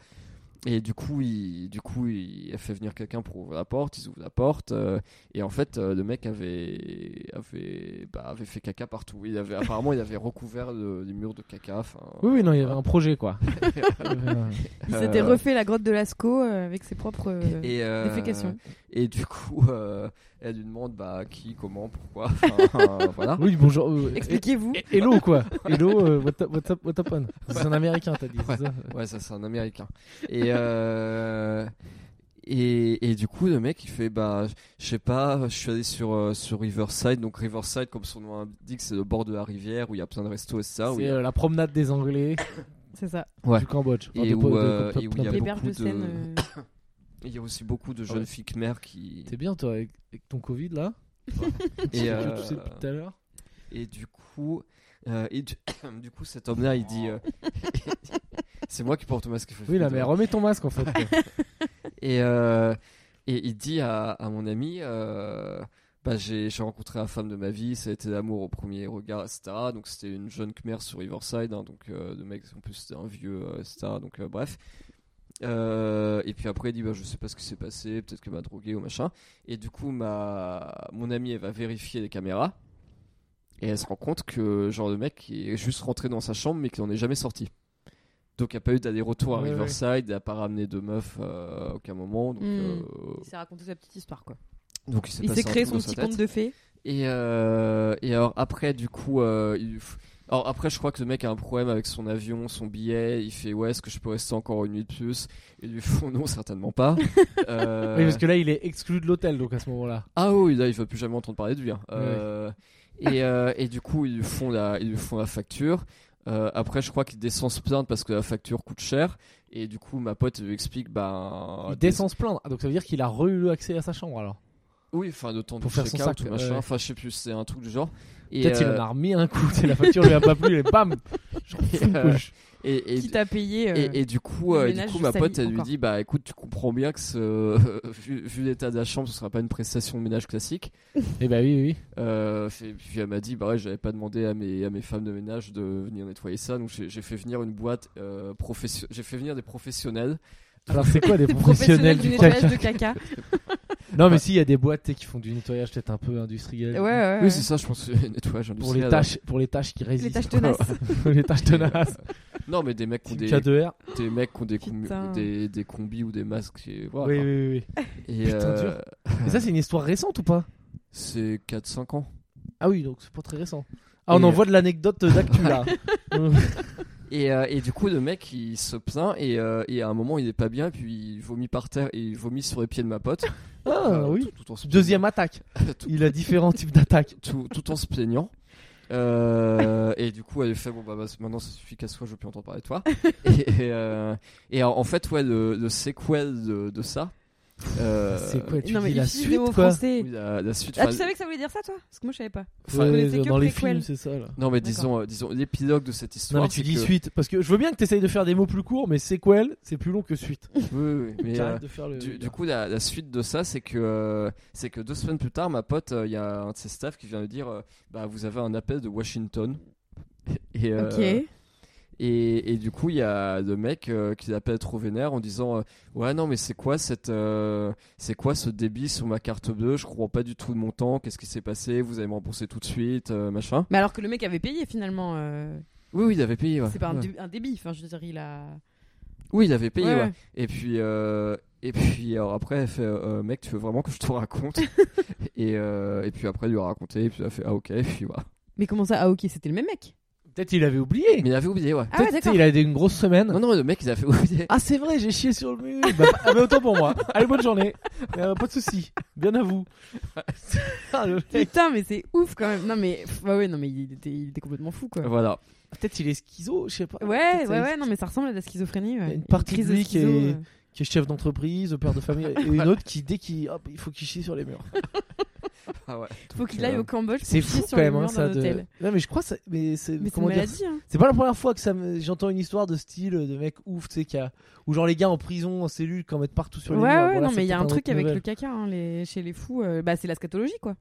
Et du coup, il, du coup, il, elle fait venir quelqu'un pour ouvrir la porte. Ils ouvrent la porte euh, et en fait, euh, le mec avait avait bah, avait fait caca partout. Il avait apparemment, il avait recouvert le- les murs de caca. enfin, Oui, oui, non, il y avait un projet quoi. Il y avait un- Il euh, s'était refait la grotte de Lascaux euh, avec ses propres. euh, Et, euh, Défécation. et du coup, euh, elle lui demande bah qui, comment, pourquoi. enfin, voilà. Oui, bonjour. euh, Expliquez-vous. eh, Hello quoi. Hello, euh, what up, what up, what up on C'est un américain, t'as dit. c'est ça Ouais, ça c'est un américain. Et, euh, et, et du coup, le mec il fait Bah, je sais pas, je suis allé sur, euh, sur Riverside. Donc, Riverside, comme son nom indique, c'est le bord de la rivière où il y a plein de restos et ça. où il C'est y a- euh, la promenade des Anglais C'est ça. Ouais. du Cambodge. Enfin, Et de- de- où, de- euh, et où il y a Les beaucoup berges de de- Seine. euh, Il y a aussi beaucoup de jeunes Ouais. filles khmères qui. T'es bien toi avec, avec ton Covid là Et, Tu- euh, Tu sais depuis tout à l'heure et du coup. euh, et du, du coup, cet homme-là il dit. euh, c'est moi qui porte le masque. il fait Oui, là, flipper. mais remets ton masque en fait. quoi. Et, euh, et il dit à, à mon ami, euh, bah, j'ai j'ai rencontré la femme de ma vie, ça a été l'amour au premier regard, etc. Donc c'était une jeune Khmer sur Riverside, hein, donc euh, le mec, en plus c'était un vieux, euh, etc. Donc euh, bref. Euh, et puis après il dit bah, je sais pas ce qui s'est passé, peut-être qu'elle m'a drogué ou machin. Et du coup ma mon ami elle va vérifier les caméras et elle se rend compte que genre le mec est juste rentré dans sa chambre mais qu'il n'en est jamais sorti. Donc il n'y a pas eu d'aller-retour à Ouais, ouais. Riverside, il n'a pas ramené de meuf euh, à aucun moment. Donc, Mm. euh, Il s'est raconté sa petite histoire, quoi. donc il s'est Il passé s'est un créé truc son dans sa petit tête. conte de fées. Et, euh, et alors après, du coup, euh, il- alors après, je crois que le mec a un problème avec son avion, son billet. Il fait ouais, est-ce que je peux rester encore une nuit de plus Et lui font non, certainement pas. Euh, Oui, parce que là, il est exclu de l'hôtel donc à ce moment-là. Ah oui, là, il va plus jamais entendre parler de lui. hein. Euh, et, euh, et du coup, ils lui font la, ils lui font la facture. Euh, après, je crois qu'il descend se plaindre parce que la facture coûte cher. Et du coup, ma pote lui explique, bah, Il descend se plaindre. Ah, donc ça veut dire qu'il a re eu le accès à sa chambre alors. Oui, enfin, le temps Pour de faire son check-out, sac, machin. ouais. Enfin, je sais plus, c'est un truc du genre. Et, Peut-être qu'il euh, en a remis un coup. tu sais, La facture lui a pas plu et bam Je Et, euh, refous, Et, et, qui t'a payé. euh, et, et du coup, euh, le et du ménage coup du ma sali pote, elle lui encore. dit Bah écoute, tu comprends bien que ce- vu, vu l'état de la chambre, ce sera pas une prestation de ménage classique. Et bah oui, oui, oui. Euh, fait- puis elle m'a dit Bah ouais, j'avais pas demandé à mes, à mes femmes de ménage de venir nettoyer ça. Donc j'ai j'ai fait venir une boîte euh, profession- J'ai fait venir des professionnels. Alors c'est quoi des professionnels Professionnel du du nettoyage caca de caca. Non mais si, il y a des boîtes tu sais, qui font du nettoyage peut-être un peu industriel. Ouais, ouais. ouais. Oui, c'est ça, je pense, nettoyage Pour les industriel. hein. tâches, pour les tâches qui résistent. Les tâches tenaces. les tâches Et, euh, tenaces. Non, mais des mecs qui ont Team des, K2R. des mecs qui ont des, combi- Putain. des, des combis ou des masques. Et, voilà, Oui, quoi. oui, oui. oui. Et, Putain, euh, Mais ça, c'est une histoire récente ou pas c'est 4-5 ans. Ah oui, donc c'est pas très récent. Ah, on Et- en voit de l'anecdote d'actu là. Et, euh, et du coup, le mec, il se plaint et, euh, et à un moment, il est pas bien, puis il vomit par terre et il vomit sur les pieds de ma pote. ah Euh, oui. tout- tout en se Deuxième attaque. plaignant. tout, Il a différents types d'attaques. tout- tout en se plaignant. Euh, et du coup, elle fait bon bah, bah, maintenant ça suffit qu'à soi, je veux plus entendre parler de toi. et, et, euh, et en en fait, ouais, le, le sequel de, de ça. euh, c'est quoi Tu Non, mais dis la utilise des suite mots quoi français. oui, la, la suite. Ah, tu enfin, savais que ça voulait dire ça, toi Parce que moi, je savais pas. enfin, Ouais, connaissais que Dans les préquel. films, c'est ça là. Non, D'accord. mais disons, euh, disons l'épilogue de cette histoire. Non mais tu c'est dis que- suite parce que je veux bien que t'essayes de faire des mots plus courts mais sequel c'est plus long que suite. Oui, oui, oui, mais, T'arrêtes euh, de faire le- Du, du coup, la, la suite de ça, c'est que, euh, c'est que deux semaines plus tard, ma pote, euh, il y a un de ses staffs qui vient de dire euh, Bah, vous avez un appel de Washington. Et, euh, Ok. et, et du coup, il y a le mec euh, qui l'appelle trop vénère en disant euh, Ouais, non, mais c'est quoi, cette, euh, c'est quoi ce débit sur ma carte bleue Je comprends pas du tout le montant. Qu'est-ce qui s'est passé Vous allez me rembourser tout de suite, euh, machin. Mais alors que le mec avait payé finalement. euh, Oui, oui, il avait payé. ouais. C'est pas un, Ouais. dé- un débit. Enfin, je veux dire, il a. Oui, il avait payé, Ouais, ouais. ouais. Et puis, euh, et puis alors après, elle fait euh, Mec, tu veux vraiment que je te raconte et, euh, et puis après, il lui a raconté, et puis elle a fait Ah, ok, et puis voilà. Mais comment ça Ah, ok, c'était le même mec. Peut-être il avait oublié. Mais il avait oublié, ouais. Ah ouais, Peut-être, d'accord. Il a eu une grosse semaine. Non, non, le mec, il avait oublié. Ah c'est vrai, j'ai chié sur le mur. Bah, ah, bah, autant pour moi. Allez, bonne journée. Euh, pas de soucis. Bien à vous. Ah, le mec. Putain, mais c'est ouf quand même. Non, mais. pff, Ouais, ouais, non, mais il était, il était complètement fou, quoi. Voilà. Peut-être il est schizo, je sais pas. Ouais, ouais, Peut-être ça ouais, existe. non, mais ça ressemble à de la schizophrénie. Il Ouais. y a une Et partie crise de lui qui schizo, est- euh. Qui est chef d'entreprise, père de famille, et une autre qui dès qu'il hop, il faut qu'il chie sur les murs. Ah ouais. Faut qu'il aille au Cambodge. pour C'est chier fou sur quand le même mur hein, d'un ça. De... hôtel. Non mais je crois ça. Mais c'est Mais c'est une comment dire maladie. hein. C'est pas la première fois que ça me- j'entends une histoire de style de mec ouf, tu sais, qui a... ou genre les gars en prison, en cellule, qui en mettent partout sur Ouais, les ouais, murs. Bon, là, non, c'est mais il y a peut-être un truc autre avec le nouvelle. caca hein, les... chez les fous. euh, Bah, c'est la scatologie, quoi.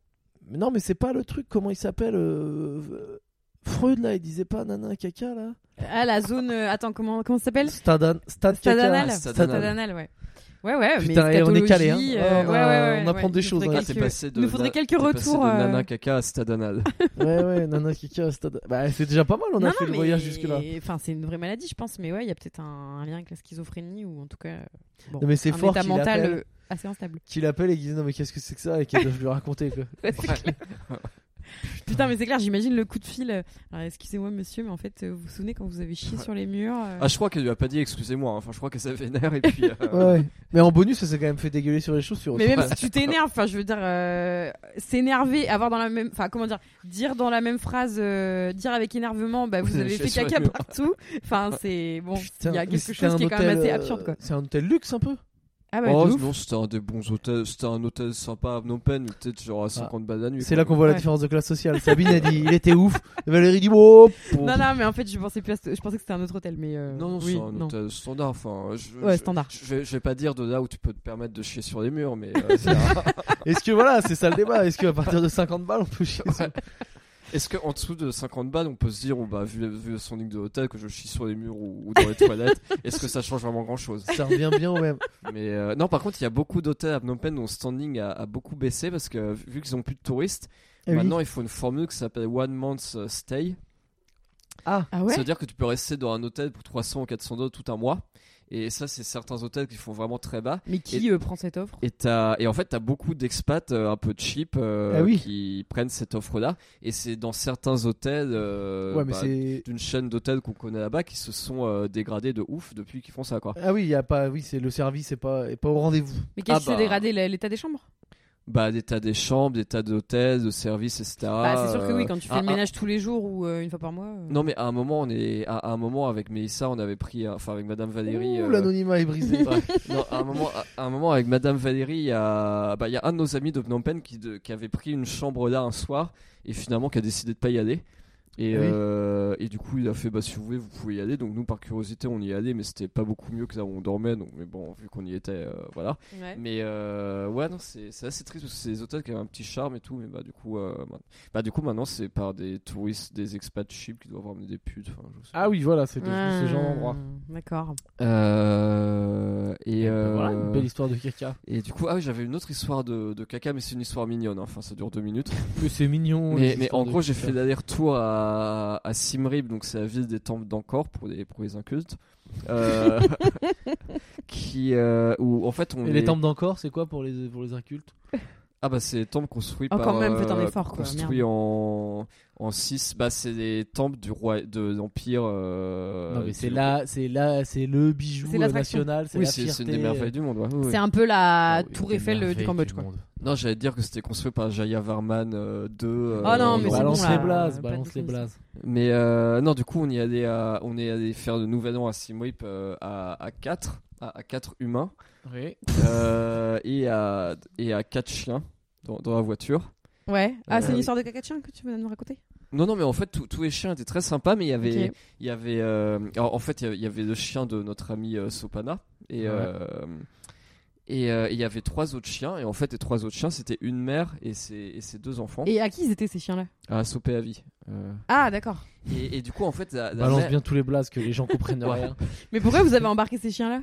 Mais Non, mais c'est pas le truc, comment il s'appelle euh, euh, Freud, là, il disait pas nana caca, là Ah, la zone. euh, Attends, comment, comment ça s'appelle Stadan... Stade Stade caca. anal. ah, Stade stade anal, ouais. Ouais, ouais, Putain, mais et on est calés, hein. scatologie, Ouais, on a- ouais, ouais, ouais, on apprend ouais, des il nous choses, faudrait hein. Ah, t'es quelques- passé de. il nous faudrait na- quelques t'es passé retours. de euh, nana caca à stade anal. Ouais, ouais, nana caca, stade... Bah, c'est déjà pas mal, on a non, fait non, le mais- voyage jusque-là. Enfin, c'est une vraie maladie, je pense, mais ouais, il y a peut-être un, un lien avec la schizophrénie ou en tout cas. euh, bon, Non, mais c'est un fort état qu'il mental appelle. euh, assez instable. Qu'il appelle et qu'il dit non, mais qu'est-ce que c'est que ça Et qu'elle doit lui raconter, quoi. Ouais, c'est clair. Putain, mais c'est clair, j'imagine le coup de fil. euh, Alors, excusez-moi, monsieur, mais en fait, euh, vous vous souvenez quand vous avez chié sur les murs euh, Ah, je crois qu'elle lui a pas dit excusez-moi. hein. Enfin, je crois qu'elle s'est vénère et puis. euh, Ouais, ouais. Mais en bonus, ça s'est quand même fait dégueuler sur les chaussures. Mais même si tu t'énerves, enfin, je veux dire, euh, s'énerver, avoir dans la même, enfin, comment dire, dire dans la même phrase, euh, dire avec énervement, bah, vous Vous avez avez fait chié sur les caca murs. partout. Enfin, c'est bon, Putain, il y a mais quelque c'était chose un qui est quand hôtel, même assez euh, absurde, quoi. C'est un hôtel luxe, un peu Ah bah, Oh de ouf. non, c'était un des bons hôtels, c'était un hôtel sympa à Phnom Penh, mais peut-être genre à Ah. 50 balles la nuit. C'est quoi. là qu'on voit la Ouais. différence de classe sociale. Sabine a dit, il était ouf. Valérie dit, oh, pour- Non, non, mais en fait, je pensais plus, à ce- je pensais que c'était un autre hôtel, mais euh, Non, non, oui, c'est un hôtel standard. Enfin, je, Ouais, je- standard. Je, vais- je vais pas dire de là où tu peux te permettre de chier sur les murs, mais euh, c'est un- Est-ce que voilà, c'est ça le débat Est-ce qu'à partir de 50 balles, on peut chier sur- Est-ce qu'en dessous de 50 balles, on peut se dire, oh, bah, vu, vu son ligne de hôtel, que je chie sur les murs ou, ou dans les toilettes, est-ce que ça change vraiment grand-chose Ça revient bien au même. Mais euh, non, par contre, il y a beaucoup d'hôtels à Phnom Penh dont le standing a, a beaucoup baissé parce que vu qu'ils ont plus de touristes, Eh oui. maintenant il faut une formule qui s'appelle One Month euh, Stay. Ah, Ah ouais. C'est-à-dire que tu peux rester dans un hôtel pour 300 ou 400 dollars tout un mois. Et ça, c'est certains hôtels qui font vraiment très bas. Mais qui euh, prend cette offre Et, t'as- et en fait, tu as beaucoup d'expats euh, un peu cheap euh, Ah oui. qui prennent cette offre-là. Et c'est dans certains hôtels euh, ouais, mais bah, c'est. d'une chaîne d'hôtels qu'on connaît là-bas qui se sont euh, dégradés de ouf depuis qu'ils font ça. Quoi. Ah oui, il y a pas. Oui, c'est le service est pas est pas au rendez-vous. Mais qu'est-ce Ah qui s'est bah. dégradé la- l'état des chambres Bah, des tas des chambres, des tas d'hôtels, de services, etc. Bah, c'est sûr Ah, euh, que oui, quand tu fais à- le à- ménage tous les jours ou euh, une fois par mois. euh, Non, mais à un moment, on est... à, à un moment avec Mélissa, on avait pris. euh, Enfin, avec Madame Valérie. Ouh, euh, l'anonymat est brisé. Ouais. Non, à, un moment, à, à un moment, avec Madame Valérie, il y, a, bah, il y a un de nos amis de Phnom Penh qui, de- qui avait pris une chambre là un soir et finalement qui a décidé de pas y aller. Et, Ah oui. euh, et du coup, il a fait bah, si vous voulez, vous pouvez y aller. Donc, nous, par curiosité, on y allait, mais c'était pas beaucoup mieux que là où on dormait. Donc, mais bon, vu qu'on y était, euh, voilà. Ouais. Mais euh, ouais, non, c'est c'est assez triste parce que c'est des hôtels qui avaient un petit charme et tout. Mais bah, du coup, euh, ma- bah, du coup maintenant, c'est par des touristes, des expats cheap qui doivent ramener des putes. enfin, je sais pas. Ah oui, voilà, c'est devenu ce genre d'endroit. Ah, D'accord. Euh, et, euh, Eh ben Voilà, une belle histoire de caca. et du coup, ah, oui, j'avais une autre histoire de, de caca, mais c'est une histoire mignonne. hein. Enfin, ça dure deux minutes. Mais c'est mignon. Mais, les mais histoires en de gros, j'ai caca. fait l'aller-retour à, à Simrib, donc c'est la ville des temples d'Angkor pour les, pour les incultes. Euh, qui, euh, où en fait on Et les est- temples d'encore, c'est quoi pour les, pour les incultes Ah bah c'est des temples construits Oh, par. quand même, faites un euh, effort, quoi, Construits en en 6 bah c'est des temples du roi de l'empire. euh, Non, mais du- c'est là, c'est là, c'est le bijou C'est euh, l'attraction. national. C'est Oui, la c'est c'est une fierté. des merveilles du monde. ouais, ouais, ouais. C'est un peu la Ah oui, Tour des Eiffel euh, merveilles du Cambodge, quoi. monde. Non, j'allais dire que c'était construit par Jayavarman euh, 2. Ah non, mais c'est Euh, balance bon, les là, blazes, pas de balance les déconner. blazes. Mais euh, non, du coup, on y allait à- on est allé faire le nouvel an à Simrip euh, à, à 4 à, à quatre humains Oui. euh, et à et à quatre chiens dans, dans la voiture. Ouais. Ah, c'est Euh, une histoire de caca de chien que tu veux nous raconter Non, non, mais en fait, tous tous les chiens étaient très sympas, mais il y avait Ok. il y avait euh, alors, en fait il y avait- il y avait le chien de notre ami euh, Sopana et Ouais. euh, et euh, il y avait trois autres chiens et en fait les trois autres chiens c'était une mère et ses, et ses deux enfants Et à qui ils étaient ces chiens-là à Sopé Ah, à vie. Euh, Ah, d'accord. et, et du coup en fait la, la Bah, Balance mère- bien tous les blazes que les gens comprennent Ouais. rien. Mais pourquoi vous avez embarqué ces chiens-là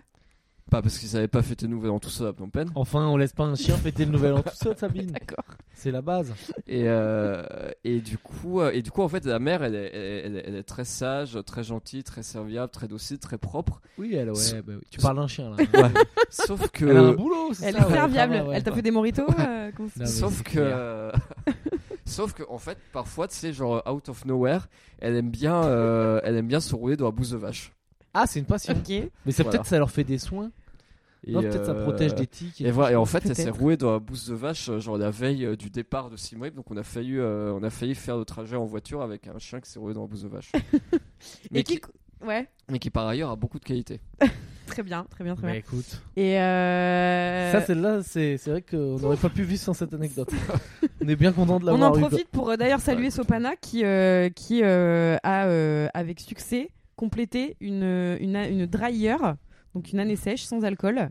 pas parce qu'ils avaient pas fêté Nouvel An tout seul à Phnom Penh. Enfin, on laisse pas un chien fêter le nouvel an tout seul, Sabine. D'accord. C'est la base. Et, euh, et du coup, euh, et du coup, en fait, la mère, elle est, elle, est- elle est très sage, très gentille, très serviable, très docile, très propre. Oui, elle, S- ouais, bah oui. Tu parles d'un chien là. Sauf que, Elle a un boulot, c'est Euh, Elle ça, est serviable. travaille, ouais. Elle t'a fait des moritos euh, comment ça Non, mais sauf c'est que, sauf que, en fait, parfois, tu sais, genre out of nowhere, elle aime bien, euh, elle aime bien se rouler dans la bouse de vache. Ah, c'est une se- passion. Ok. Mais ça Voilà. peut-être ça leur fait des soins. Et, Non, peut-être ça euh, protège des tiques. Et voilà, et en fait, elle s'est Peut-être. rouée dans la bouse de vache, euh, genre la veille euh, du départ de Simweb. Donc, on a failli, euh, on a failli faire le trajet en voiture avec un chien qui s'est roué dans la bouse de vache. mais, Et qui... Ouais. mais qui, par ailleurs, a beaucoup de qualité. Très bien, très bien, très Mais bien. écoute, Et euh... ça celle-là, c'est c'est vrai qu'on n'aurait pas pu vivre sans cette anecdote. on est bien content de On l'avoir en eu. profite pour euh, d'ailleurs saluer Ouais, écoute. Sopana qui, euh, qui euh, a, euh, avec succès, complété une, une, a- une dry year, donc une année sèche sans alcool.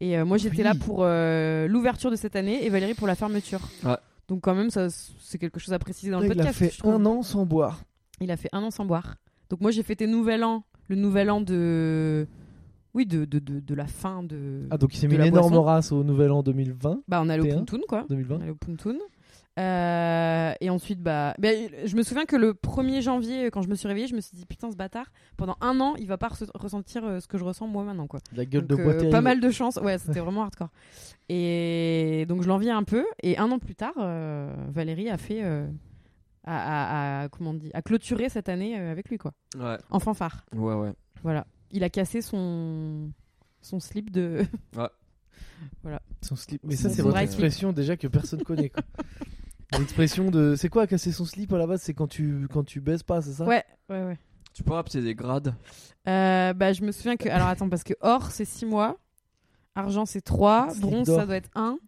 Et euh, moi, j'étais Oui. là pour euh, l'ouverture de cette année et Valérie pour la fermeture. Ouais. Donc, quand même, ça, c'est quelque chose à préciser dans le Il podcast. a fait je trouve. un an sans boire. Il a fait un an sans boire. Donc, moi, j'ai fêté Nouvel An, le Nouvel An de. Oui, de, de, de, de la fin de. Ah, donc il s'est De mis une la énorme boisson. race au nouvel an 2020. Bah, on allait au T1. Pontoon, quoi. On 2020. allait au Pontoon. Euh, et ensuite, bah, bah, je me souviens que le 1er janvier, euh, quand je me suis réveillée, je me suis dit putain, ce bâtard, pendant un an, il va pas rese- ressentir euh, ce que je ressens moi maintenant. Quoi. La gueule Donc, de euh, bois terrible. pas mal de chance, ouais, c'était vraiment hardcore. Et donc, je l'enviais un peu. Et un an plus tard, euh, Valérie a fait. euh, a, a- a- comment on dit, a clôturé cette année euh, avec lui, quoi. Ouais, En fanfare. ouais, ouais. Voilà. Il a cassé son, son slip de. Son slip. Mais ça, Son c'est votre dry expression déjà que personne connaît. quoi. L'expression de. C'est quoi casser son slip à la base C'est quand tu quand tu baises pas, c'est ça Ouais, ouais, ouais. Tu peux rappeler des grades Euh, bah, je me souviens que. Alors, attends, parce que or, c'est 6 mois. Argent, c'est 3. Slip Bronze, d'or. ça doit être 1.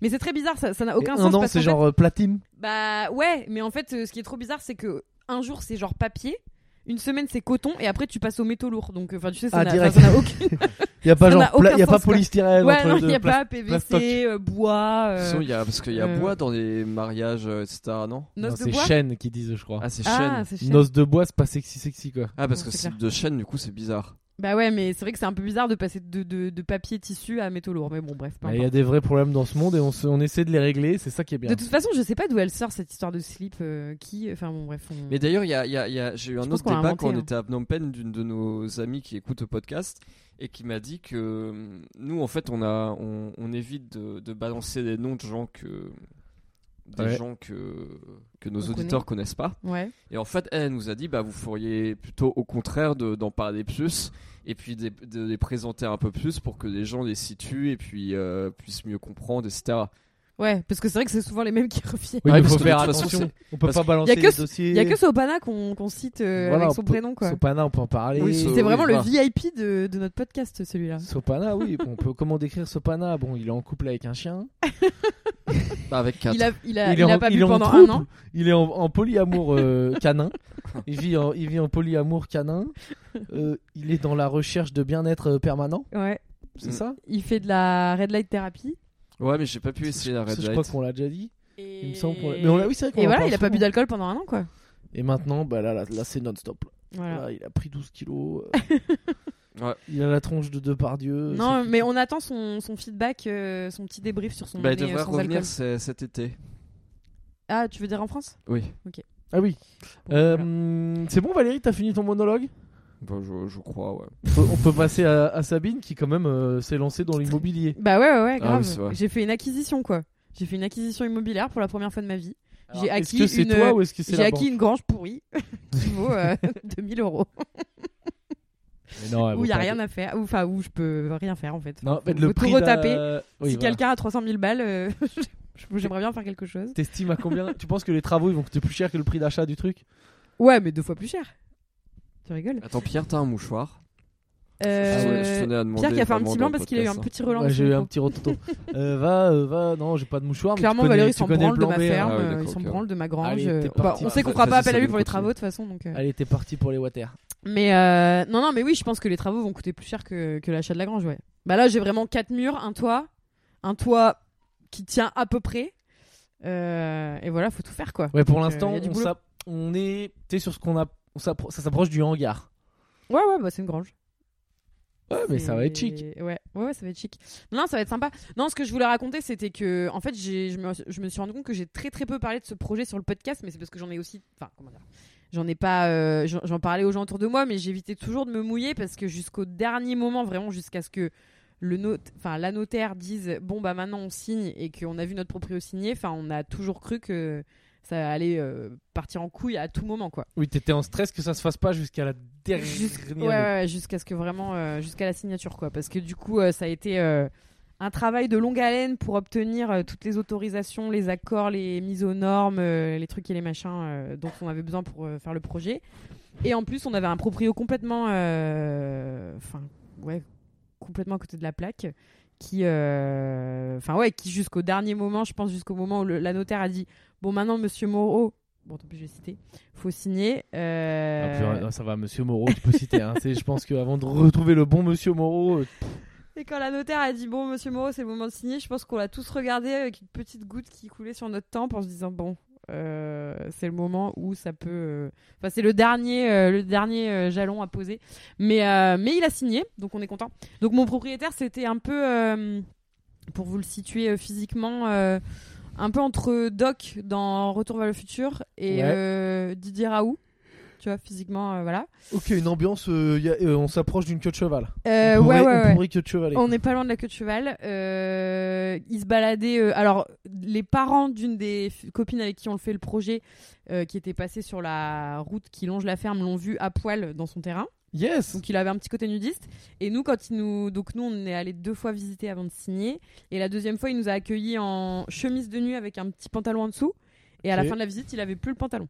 Mais c'est très bizarre, ça ça n'a Et aucun un sens. an, parce c'est qu'en genre euh, platine. fait- bah, ouais, mais en fait, euh, ce qui est trop bizarre, c'est que un jour, c'est genre papier. Une semaine, c'est coton. Et après, tu passes aux métaux lourds. Donc, euh, enfin, tu sais, ça Ah, n'a direct. enfin, ça n'a aucune. Il y a pas Ça genre n'a aucun pla- y a pas sens, quoi. polystyrène ouais, entre non, les il deux. n'y a pla- pas plastoc. PVC, euh, bois. euh, Sinon, il y a, parce qu'il y a euh, bois dans les mariages, euh, etc. Non Non, noces de c'est bois. chaîne qui disent, je crois. Ah, c'est Ah, chêne. c'est chêne. Noce de bois, c'est pas sexy, sexy quoi. Ah, parce Non, que c'est c'est clair. de chêne, du coup, c'est bizarre. Bah ouais, mais c'est vrai que c'est un peu bizarre de passer de, de, de papier tissu à métaux lourds. Mais bon, bref. peu Bah, Il y importe. a des vrais problèmes dans ce monde et on, se- on essaie de les régler, c'est ça qui est bien. De toute façon, je sais pas d'où elle sort cette histoire de slip. euh, qui. Enfin, bon, bref. on- Mais d'ailleurs, il y a- il y a- il y a- j'ai eu un pense autre qu'on l'a débat inventé, quand on hein. était à Phnom Penh d'une de nos amies qui écoute le podcast et qui m'a dit que euh, nous, en fait, on, a, on, on évite de, de balancer des noms de gens que. Des Ouais. gens que, que nos On auditeurs connaissent pas. Ouais. Et en fait, elle nous a dit, bah, vous feriez plutôt au contraire de- d'en parler plus et puis de, de les présenter un peu plus pour que les gens les situent et puis euh, puissent mieux comprendre, etc. Ouais, parce que c'est vrai que c'est souvent les mêmes qui reviennent. Oui, Ouais, mais parce faut que de faire toute façon, attention. On peut parce pas que- balancer Y a que les ce- dossiers. Il y a que Sopana qu'on qu'on cite euh, Voilà, avec on son peut- prénom, quoi. Sopana, euh, on peut en parler. Oui, so- C'est vraiment le voilà. VIP de, de notre podcast, celui-là. Sopana, oui. Bon, on peut comment décrire Sopana Bon, il est en couple avec un chien. Bah, avec 4. Il a, il a, Euh, il en- a pas il bu est en pendant un trouble. an. Il est en, en polyamour euh, canin. Il vit en, il vit en polyamour canin. Euh, il est dans la recherche de bien-être euh, permanent, Ouais. c'est Mm. ça Il fait de la red light thérapie. Ouais, mais j'ai pas pu essayer la Ça, Red Je crois Light. qu'on l'a déjà dit. Et... Il me semble qu'on l'a- Mais on l'a- oui, c'est vrai qu'on en Et voilà, parle il a pas souvent. bu d'alcool pendant un an, quoi. Et maintenant, bah là, là, là, c'est non-stop. Voilà. Là, il a pris 12 kilos. euh, Ouais. Il a la tronche de Depardieu. Non, euh, c'est- mais on attend son, son feedback, euh, son petit débrief sur son Bah, il année, euh, devrait sans revenir alcool. c'est- cet été. Ah, tu veux dire en France Oui. Ah oui. Bon, Euh, voilà. C'est bon, Valérie, t'as fini ton monologue Bah, je, je crois, ouais. On peut- On peut passer à, à Sabine qui, quand même, euh, s'est lancée dans l'immobilier. Bah ouais, ouais, ouais, Ah grave. oui, c'est vrai. J'ai fait une acquisition, quoi. J'ai fait une acquisition immobilière pour la première fois de ma vie. J'ai Alors, acquis Est-ce que c'est une- toi ou est-ce que c'est J'ai la acquis une grange pourrie qui vaut euh, 2000 euros. banque Mais non, elle où vaut il n'y a pas rien à faire. Ou, Enfin, où je peux rien faire, en fait. Non, en fait, Faut le tout prix retaper. d'un- Oui, si voilà. quelqu'un a 300 000 balles, euh, je- j'aimerais bien faire quelque chose. T'estimes à combien Tu penses que les travaux ils vont coûter plus cher que le prix d'achat du truc Ouais, mais deux fois plus cher. Tu rigoles Attends, Pierre, t'as un mouchoir Ah Euh, Je tenais- Ah je tenais à demander Pierre qui a fait un vraiment petit dans blanc le parce qu'il a eu un podcast, petit relance. hein. Ouais, du J'ai eu un micro. petit rototo. Euh, va, euh, va, non, j'ai pas de mouchoir. mais Clairement, tu connais, Valérie tu s'en connais le branle de plan ma B, hein. ferme, Ah ouais, euh, d'accord, ils s'en ok. branle de ma grange. Allez, t'es euh, bah, parti. on sait qu'on Ça, fera pas ça, appel à c'est lui le pour les côté. travaux de toute façon. Donc, euh. Allez, t'es parti pour les water. Mais euh, non, non, mais oui, je pense que les travaux vont coûter plus cher que, que l'achat de la grange. Ouais. Bah là, j'ai vraiment quatre murs, un toit, un toit qui tient à peu près. Euh, et voilà, faut tout faire quoi. Ouais, pour Donc, euh, l'instant, y a du on, boulot. s'app- on est. T'es sur ce qu'on a. on s'appro- ça s'approche du hangar. Ouais, ouais, bah c'est une grange. Ouais, mais ça va être C'est- chic. Ouais, ouais, ouais, ça va être chic. Non, ça va être sympa. Non, ce que je voulais raconter, c'était que, en fait, j'ai- je me, je me suis rendu compte que j'ai très très peu parlé de ce projet sur le podcast, mais c'est parce que j'en ai aussi. Enfin, comment dire J'en ai pas. euh, j'en j'en parlais aux gens autour de moi, mais j'évitais toujours de me mouiller parce que jusqu'au dernier moment, vraiment, jusqu'à ce que le note, enfin la notaire dise bon bah maintenant on signe et qu'on a vu notre proprio signer, enfin on a toujours cru que ça allait euh, partir en couille à tout moment quoi. Oui, t'étais en stress que ça se fasse pas jusqu'à la dernière. Jusqu- ouais, ouais, ouais, jusqu'à ce que vraiment euh, jusqu'à la signature quoi parce que du coup euh, ça a été euh, un travail de longue haleine pour obtenir euh, toutes les autorisations les accords les mises aux normes euh, les trucs et les machins euh, dont on avait besoin pour euh, faire le projet et en plus on avait un proprio complètement euh, enfin ouais complètement à côté de la plaque qui euh, enfin ouais qui jusqu'au dernier moment je pense jusqu'au moment où le- la notaire a dit bon maintenant monsieur Moreau bon tant pis je vais citer faut signer Ah, euh, purée, non, ça va, monsieur Moreau, tu peux citer. hein. C'est- Je pense qu'avant de retrouver le bon monsieur Moreau, euh, Et quand la notaire a dit bon monsieur Moreau c'est le moment de signer, je pense qu'on l'a tous regardé avec une petite goutte qui coulait sur notre tempe en se disant bon euh, c'est le moment où ça peut euh, enfin c'est le dernier euh, le dernier euh, jalon à poser. Mais euh, mais il a signé donc on est content. Donc mon propriétaire c'était un peu euh, pour vous le situer euh, physiquement euh, un peu entre Doc dans Retour vers le futur Ouais. et euh, Didier Raoult tu vois physiquement euh, voilà. ok, une ambiance. euh, y a- euh, on s'approche d'une queue de cheval. Euh, on pourrait, ouais, ouais, on ouais. pourrait queue de chevalet. On n'est pas loin de la queue de cheval. Euh, ils se baladaient. euh, alors, les parents d'une des f- copines avec qui on le fait le projet, euh, qui était passée sur la route qui longe la ferme, l'ont vu à poil dans son terrain. Yes. Donc, il avait un petit côté nudiste. Et nous, quand il nous, donc nous, on est allé deux fois visiter avant de signer. Et la deuxième fois, il nous a accueillis en chemise de nuit avec un petit pantalon en dessous. Et à Ok. la fin de la visite, il avait plus le pantalon.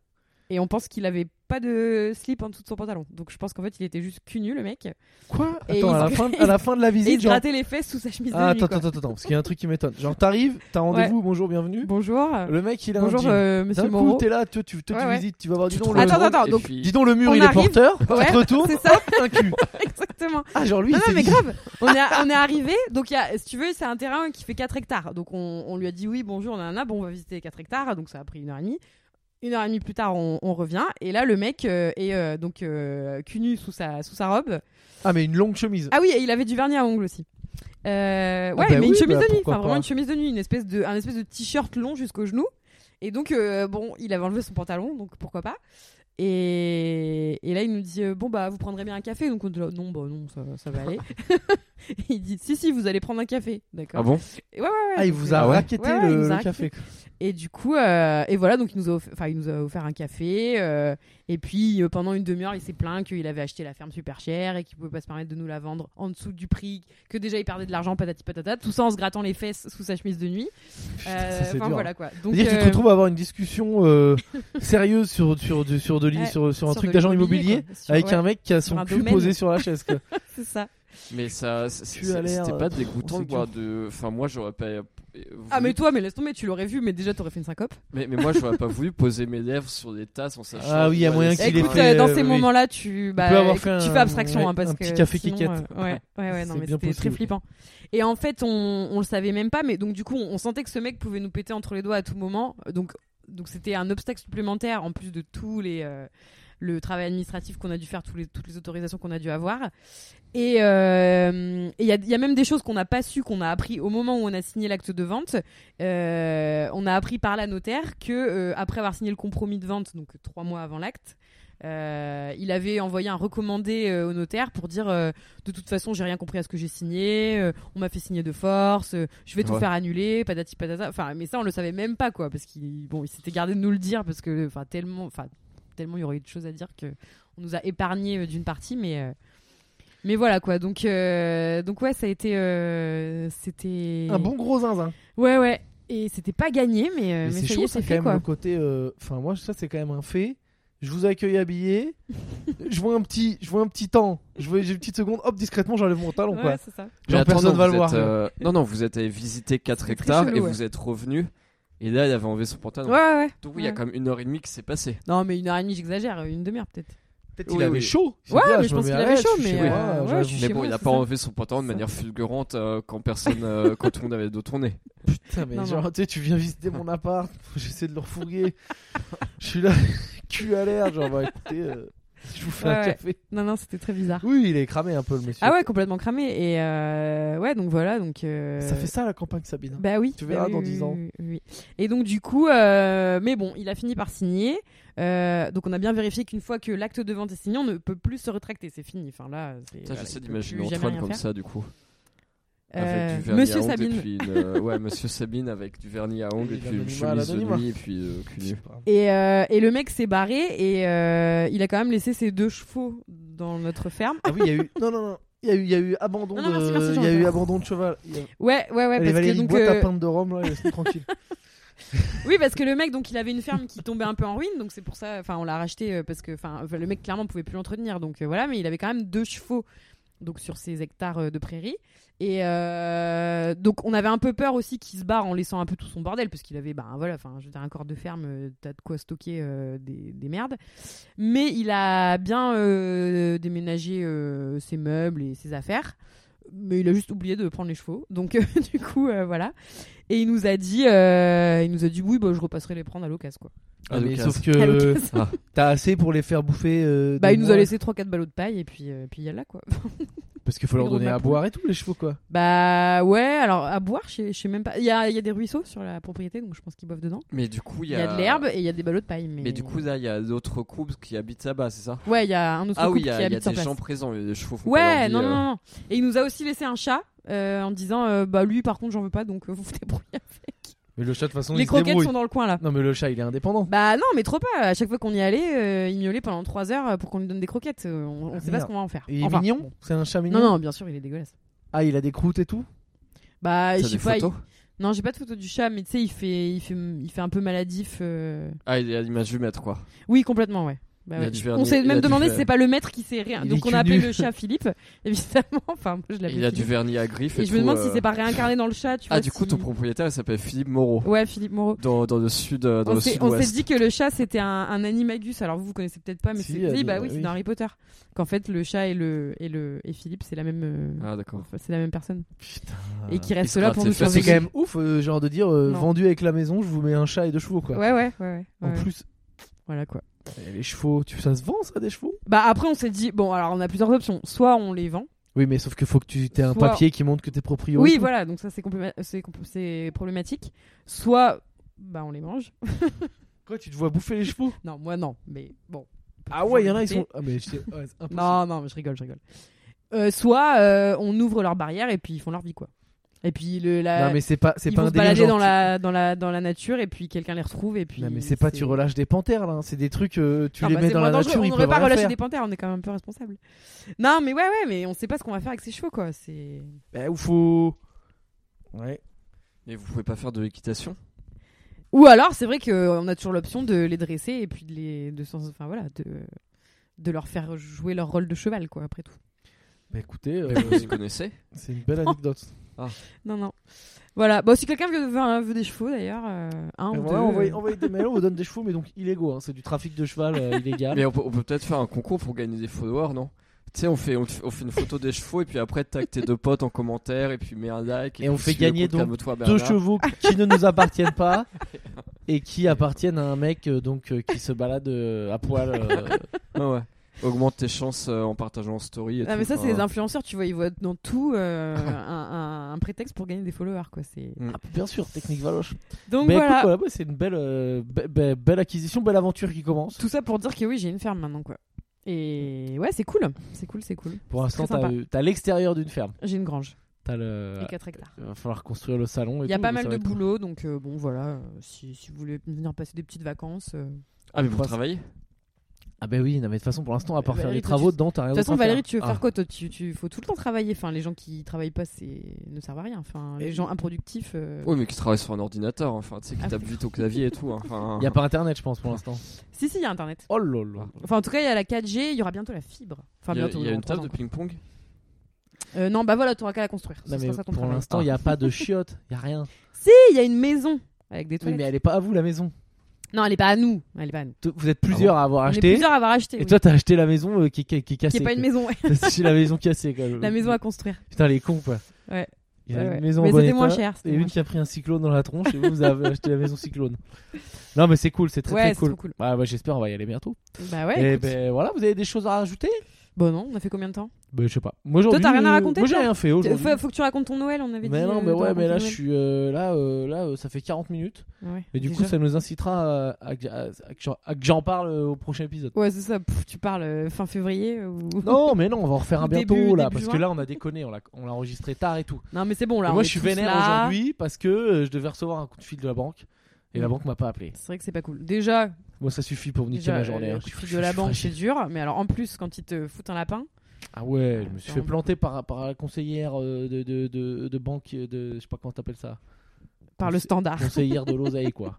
Et on pense qu'il avait pas de slip en dessous de son pantalon. Donc, je pense qu'en fait, il était juste cul nu, le mec. Quoi Et Attends, il à la, se- fin, à la fin de la Et il visite, se genre. grattait les fesses sous sa chemise Ah, de nuit. attends, quoi. attends, attends, parce qu'il y a un truc qui m'étonne. Genre, t'arrives, t'as rendez-vous, bonjour, bienvenue. Bonjour. Le mec, il a un Bonjour, jean. euh, D'un monsieur coup, Moreau. t'es là, tu, tu, toi, Ouais, tu ouais. visites, tu vas voir, dis hein. donc, Tu trouves le, Attends, drôle, attends, et donc- puis- dis donc, le mur, On il est arrive. porteur, tu Ouais, te retournes, C'est ça, un cul. exactement. Ah, genre lui, non, c'est non, mais grave, on est, on est arrivé. Donc, il y a, si tu veux, c'est un terrain qui fait 4 hectares. Donc, on, on lui a dit oui, bonjour, on en a, bon, on va visiter les 4 hectares. Donc, ça a pris une heure et demie. Une heure et demie plus tard, on, on revient. Et là, le mec euh, est euh, donc euh, cul nu sous sa, sous sa robe. Ah, mais une longue chemise. Ah oui, et il avait du vernis à ongles aussi. Euh, ouais, bah mais oui, une chemise bah de nuit, pourquoi enfin vraiment pas. une chemise de nuit, une espèce de, un espèce de t-shirt long jusqu'au genou. Et donc, euh, bon, il avait enlevé son pantalon, donc pourquoi pas. oh, Et, et là, il nous dit euh, Bon, bah, vous prendrez bien un café. Donc, on dit Non, bah, non, ça, va- ça va aller. il dit si si vous allez prendre un café d'accord Ah bon Et ouais, ouais, ouais, Ah, il donc, vous a euh, raquetté Ouais, ouais, il le, nous a le raquetté. café. quoi. et du coup euh, et voilà donc il nous a offert, enfin, il nous a offert un café euh, et puis euh, pendant une demi-heure il s'est plaint qu'il avait acheté la ferme super chère et qu'il pouvait pas se permettre de nous la vendre en dessous du prix que déjà il perdait de l'argent patati patata tout ça en se grattant les fesses sous sa chemise de nuit Euh, ça, c'est enfin dur. hein. voilà quoi donc C'est-à-dire que tu te euh, retrouves à avoir une discussion euh, sérieuse sur, sur, de- sur, de l'i- Ouais, sur, sur un sur truc de d'agent l'immobilier, immobilier quoi. Sur- avec ouais, un mec qui a sur son un cul domaine. posé sur la chaise. quoi. c'est ça Mais ça, c- Tu c- as l'air, c'était euh, pas pff, dégoûtant c'est de boire de. Enfin, moi, j'aurais pas. euh, ah voulu- mais toi mais laisse tomber tu l'aurais vu mais déjà t'aurais fait une syncope mais, mais moi, j'aurais pas voulu poser mes lèvres sur des tasses en sachant. Ah oui, il y a où moyen aller qu'il se ait Écoute, faire. fait, euh, dans euh, ces oui. moments-là, tu, bah, peut avoir écoute, fait tu un- fais abstraction, ouais, hein, parce un que petit café sinon, quiquette. euh, ouais, ouais, ouais, non, C'est mais bien c'était très possible. flippant. Et en fait, on, on le savait même pas, mais donc du coup, on, on sentait que ce mec pouvait nous péter entre les doigts à tout moment. Donc, donc c'était un obstacle supplémentaire en plus de tous les euh, le travail administratif qu'on a dû faire, tous les, toutes les autorisations qu'on a dû avoir. Et euh, et il y, a- il y a même des choses qu'on n'a pas su, qu'on a appris au moment où on a signé l'acte de vente. Euh, on a appris par la notaire que euh, après avoir signé le compromis de vente, donc trois mois avant l'acte, euh, il avait envoyé un recommandé euh, au notaire pour dire euh, de toute façon j'ai rien compris à ce que j'ai signé, euh, on m'a fait signer de force, euh, je vais tout Ouais. faire annuler, patati patata. Enfin, mais ça on le savait même pas quoi, parce qu'il bon il s'était gardé de nous le dire parce que enfin tellement enfin tellement il y aurait eu de choses à dire que on nous a épargné euh, d'une partie, mais euh, mais voilà quoi. Donc euh, donc ouais ça a été euh, c'était Un Ah bon gros zinzin. Ouais, ouais. Et c'était pas gagné, mais, Mais euh, mais c'est ça y chaud, est, ça, c'est quand fait même, le quoi. côté. euh, Enfin, moi, ça, c'est quand même un fait. Je vous accueille habillé. je vois un petit, je vois un petit temps. Je vois, j'ai une petite seconde. Hop, discrètement, j'enlève mon talon, quoi. Ouais, c'est ça. Mais Genre, attends, personne non, va vous le voir. hein. êtes, euh, Non, non, vous êtes allé visiter 4 C'était très hectares chelou, et ouais. vous êtes revenu. Et là, il avait enlevé son Ouais, pantalon. ouais, ouais. Donc, oui, il y a Ouais. quand même une heure et demie qui s'est passée. Non, mais une heure et demie, j'exagère, une demi-heure peut-être. Peut-être oui, il avait oui. chaud. Il s'est Ouais, dit, ah, mais je me pense mets qu'il à avait l'aise, chaud, je suis mais, chez moi, euh, je ouais, vais- je suis Mais chez bon, moi, il a c'est pas ça. enlevé son pantalon de manière fulgurante euh, quand personne, euh, quand tout le monde avait dos tourné. Putain, mais Non, genre, non. tu sais, tu viens visiter mon appart, j'essaie de le refourguer. je suis là, cul à l'air, genre, bah écoutez, euh, je vous fais un Ouais, ouais. café. Non, non, c'était très bizarre. Oui, il est cramé un peu, le monsieur. Ah ouais, complètement cramé. Et euh, ouais, donc voilà. Donc, euh, Ça fait ça la campagne, Sabine. Bah oui. Tu bah verras oui, dans oui, 10 oui, ans. oui, oui. Et donc du coup, euh, mais bon, il a fini par signer. Euh, donc on a bien vérifié qu'une fois que l'acte de vente est signé, on ne peut plus se retracter. C'est fini. Enfin là, c'est. Ça, voilà, j'essaie il peut d'imaginer plus jamais Antoine rien comme faire. ça, du coup. Euh, avec du vernis Monsieur à ongles. Sabine. Et puis une, euh, ouais, monsieur Sabine avec du vernis à ongles Et et puis une l'anonymat à chemise de l'anonymat. nuit et puis euh, Bah, cul nu. Et, euh, et le mec s'est barré et euh, il a quand même laissé ses deux chevaux dans notre ferme. Ah oui, il y a eu. Non, non, non. Il y a eu, il y a eu abandon, Non, non, merci, de... merci, il y a eu Jean-Pierre. abandon de cheval. Il y a- Ouais, ouais, ouais. Allez, parce que, Valérie, donc, bois ta euh, pinte de rhum, là, laisse-nous tranquille. oui, parce que le mec, donc, il avait une ferme qui tombait un peu en ruine, donc c'est pour ça. Enfin, on l'a racheté euh, parce que, enfin, le mec clairement pouvait plus l'entretenir, donc euh, voilà. Mais il avait quand même deux chevaux, donc sur ses hectares euh, de prairies. Et euh, donc, on avait un peu peur aussi qu'il se barre en laissant un peu tout son bordel, parce qu'il avait, ben voilà, enfin, je veux dire, un corps de ferme, euh, t'as de quoi stocker euh, des, des merdes. Mais il a bien euh, déménagé euh, ses meubles et ses affaires. Mais il a juste oublié de prendre les chevaux. Donc, euh, du coup, euh, voilà. Et il nous a dit, euh, il nous a dit oui, bah, je repasserai les prendre à l'occasion. Quoi. Ah, Ah, mais Lucas. sauf À que l'occasion. Ah. t'as assez pour les faire bouffer. euh, bah, des il nous mois, a laissé 3-4 ballots de paille et puis, euh, puis il y a là quoi. Parce qu'il faut leur le gros de donner la à poule. boire et tout, les chevaux, quoi. bah ouais, alors à boire, je sais- je sais même pas. Il y a, il y a des ruisseaux sur la propriété, donc je pense qu'ils boivent dedans. Mais du coup, Il y a de l'herbe et il y a des ballots de paille. Mais, Mais du coup, là, il y a d'autres couples qui habitent là-bas, c'est ça ouais, il y a un autre Ah couple oui, il qui y a, il y a habite sur des place. gens présents, les chevaux font Ouais, pas leur vie, non, non, euh. non, non. Et il nous a aussi laissé un chat euh, en disant euh, bah lui, par contre, j'en veux pas, donc euh, vous vous débrouillez. Mais le chat, de toute façon, les il se croquettes débrouille. sont dans le coin là. Non, mais le chat, il est indépendant. Bah non, mais trop pas. À chaque fois qu'on y allait, euh, il miaulait pendant 3 heures pour qu'on lui donne des croquettes. Euh, On, on Ah, sait pas merde. ce qu'on va en faire. Et Il est Enfin, mignon bon. C'est un chat mignon Non, non, bien sûr, il est dégueulasse. Ah, il a des croûtes et tout Bah, T'as je sais des pas. il- photos Non, j'ai pas de photo du chat, mais tu sais, il fait, il fait, il fait un peu maladif. euh. Ah, il est à l'image du maître, quoi. Oui, complètement, ouais. Bah Il a ouais. du vernis- On s'est il a même du demandé ver- si c'est pas le maître qui sait rien. Il Donc est on cul a appelé nu. le chat Philippe, évidemment. Enfin, moi je l'appelle. Il a du Philippe. vernis à griffes et, Et je me tout, demande euh. si c'est pas réincarné dans le chat. Tu Ah, vois, du coup, si- ton propriétaire, il s'appelle Philippe Moreau. Ouais, Philippe Moreau. Dans, dans le sud, euh, dans On le s'est on s'est sud-ouest. dit que le chat c'était un, un animagus. Alors vous vous connaissez peut-être pas, mais Si, c'est euh, oui, bah euh, oui, c'est oui. dans Harry Potter. Qu'en fait le chat et le et le et Philippe c'est la même euh, Ah, d'accord. enfin, c'est la même personne Putain. et qui il reste se là gratte pour les nous fesses. C'est quand surveiller. même ouf, euh, genre de dire euh, Non. vendu avec la maison, je vous mets un chat et deux chevaux, quoi. Ouais ouais ouais. ouais, En ouais. plus, Voilà quoi. eh, les chevaux, tu... ça se vend ça des chevaux Bah après on s'est dit bon alors on a plusieurs options. Soit on les vend. Oui, mais sauf que faut que tu aies un Soit- papier qui montre que t'es propriétaire. Oui voilà donc ça c'est compléma- c'est compl- c'est problématique. Soit bah on les mange. Quoi, tu te vois bouffer les chevaux Non moi non mais bon. Ah ouais, il y en a, ils Toujours sont. Ah, mais je sais- ouais, c'est impossible. Non, non, mais je rigole, je rigole. euh, soit euh, on ouvre leurs barrières et puis ils font leur vie quoi. Et puis le la Non, mais c'est pas, c'est ils pas vont un se délire. balader genre, dans la dans la dans la nature et puis quelqu'un les retrouve et puis Non, mais c'est pas tu relâches des panthères là, hein. c'est des trucs euh, tu Non, les bah, mets c'est dans la moins dangereux. nature, ils on peuvent aurait pas rien relâché faire. des panthères, on est quand même un peu responsable. Non, mais ouais ouais, mais on sait pas ce qu'on va faire avec ces chevaux quoi, c'est Bah, ou faut Ouais. Mais vous pouvez pas faire de l'équitation Ou alors, c'est vrai qu'on a toujours l'option de les dresser et puis de les de s'en- enfin voilà, de de leur faire jouer leur rôle de cheval quoi après tout. Bah écoutez, euh, Mais Vous y connaissez c'est une belle anecdote. Non non. Voilà, bon si quelqu'un veut, veut- veut des chevaux d'ailleurs, euh, un Mais ou deux. voilà, envoyez, envoyez des mails, on vous donne des chevaux mais donc illégaux hein. c'est du trafic de cheval euh, illégal. Mais on peut, on peut peut-être faire un concours pour gagner des followers, non Tu sais, on fait, on, te- on fait une photo des chevaux et puis après, tac tes deux potes en commentaire et puis mets un like. Et puis on fait suis le gagner donc compte Calme-toi, deux oh, Bernard. chevaux qui ne nous appartiennent pas et qui appartiennent à un mec euh, donc euh, qui se balade euh, à poil. euh, Ouais, ouais. Augmente tes chances euh, en partageant en story. Et Ah, tout, mais ça, c'est les hein. enfin, influenceurs, tu vois, ils voient dans tout euh, un, un- un prétexte pour gagner des followers, quoi. C'est... Mm. Bien sûr, technique valoche. Donc mais voilà, écoute, voilà, ouais, c'est une belle, euh, be- be- belle acquisition, belle aventure qui commence. tout ça pour dire que oui, j'ai une ferme maintenant, quoi. Et ouais, c'est cool, c'est cool, c'est cool. Pour l'instant, très t'as sympa. euh, t'as l'extérieur d'une ferme. J'ai une grange T'as le. et 4 hectares. Il va falloir construire le salon. et Il y a tout, pas mais mal ça de va être cool. boulot, donc euh, bon, voilà, euh, si, si vous voulez venir passer des petites vacances. euh. Ah, mais vous Parce- travaillez Ah bah oui, non, mais de toute façon, pour l'instant, à part faire Valérie, les toi, travaux tu- dedans, t'as rien De toute façon, d'autre à faire. Valérie, tu veux Ah. faire quoi Toi, tu, tu faut tout le temps travailler. Enfin, les gens qui travaillent pas, c'est ne servent à rien. Enfin, les Et- gens improductifs. euh, Oui, mais qui travaille sur un ordinateur, hein. enfin, tu sais, qui Ah, tape vite au clavier et tout. hein. Enfin, Il y a pas internet, je pense, pour l'instant. Si, si, il y a Internet. Oh là là. Enfin, en tout cas, il y a la 4G. Il y aura bientôt la fibre. Enfin, il y a- bientôt. il y a dans une trois table de ans, ping-pong quoi. Euh, non, bah voilà, t'auras qu'à la construire. Ce Non, sera mais ça ton pour travail. l'instant, il n'y a pas de chiottes, il n'y a rien. il y a une maison avec des Oui, toilettes. mais elle est pas à vous, la maison. Non, elle est pas à nous. Elle est pas à nous. T- Vous êtes plusieurs à avoir On est acheté. plusieurs à avoir acheté. Et oui. toi, t'as acheté la maison euh, qui, qui- qui est cassée. qui est pas une quoi. maison, ouais. T'as acheté la maison cassée, quand même. la maison à construire. Putain, les cons, quoi. Ouais. Il y a Ouais, une ouais. maison en Mais bon c'était moins état, cher, c'était Et une moins qui a pris un cyclone dans la tronche, et vous, vous avez acheté la maison cyclone. Non, mais c'est cool, c'est très Ouais, très c'est cool. trop cool. Bah, bah, j'espère, on va y aller bientôt. Bah ouais. et écoute. ben voilà, vous avez des choses à rajouter Bon non, on a fait combien de temps Bah, je sais pas. Moi, aujourd'hui, t'as rien à euh, raconter, Moi, j'ai toi rien fait faut, aujourd'hui. faut que tu racontes ton Noël. On avait Mais dit. non, euh, mais de ouais, mais là, raconter je suis Noël. euh, là, euh, là, euh, ça fait 40 minutes. Ouais. Et du coup, Déjà. ça nous incitera à, à- à- à que j'en- à que j'en parle euh, au prochain épisode. Ouais, c'est ça. Pff, tu parles euh, fin février euh, ou. Non, mais non, on va en refaire un Début- bientôt là, début parce juin. que là, on a déconné, on l'a on l'a enregistré tard et tout. Non, mais c'est bon là. Et on moi, est je suis tous vénère là. aujourd'hui parce que euh, je devais recevoir un coup de fil de la banque et la banque m'a pas appelé. C'est vrai que c'est pas cool. Déjà, Moi, ça suffit pour me niquer déjà, ma journée. euh, hein. le Je suis- prix je de la suis banque c'est fragile. dur, mais alors en plus quand ils te foutent un lapin, Ah ouais, je me suis fait Attends. planter par, par la conseillère euh, de, de, de, de banque, euh, de, je sais pas comment t'appelles ça. par le Conse- standard, Conseillère de l'oseille, quoi.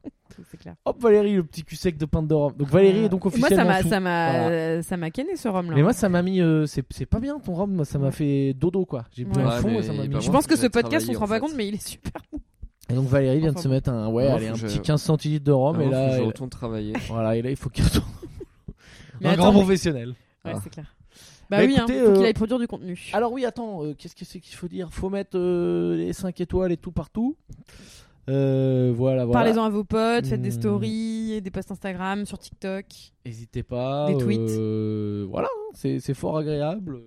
c'est clair. Hop, Valérie, le petit cul sec de pain de Rome. Donc, Valérie est donc Euh, Moi ça officiellement. m'a sous. ça m'a Voilà. euh, ça m'a kenné ce rhum là. Mais moi, ça m'a mis. euh, c'est c'est pas bien ton rhum, moi, ça m'a Ouais. fait dodo, quoi. J'ai bu Ouais. un Ouais, fond mais et ça m'a il est mis. pas je Moi, pense que je vais ce podcast on travailler, se rend en pas fait. compte mais il est super. Et donc, Valérie vient de Enfin se bon. mettre un. Ouais, Moi, allez, un faut que je- petit 15 centilitres de rhum, Ah, et faut que Oh, là. je et- retourne travailler. Voilà, et là, il faut qu'il retourne. Mais un attends, grand mais- professionnel. Ouais, Ah. c'est clair. Bah, Bah, oui, hein, écoutez, faut qu'il euh, aille produire du contenu. Alors oui, attends, euh, qu'est-ce que c'est qu'il faut dire Faut mettre euh, les 5 étoiles et tout partout. Euh, voilà, voilà. Parlez-en à vos potes, faites des Hmm. stories, des posts Instagram, sur TikTok. N'hésitez pas. Des tweets. euh, voilà, hein, c'est c'est fort agréable.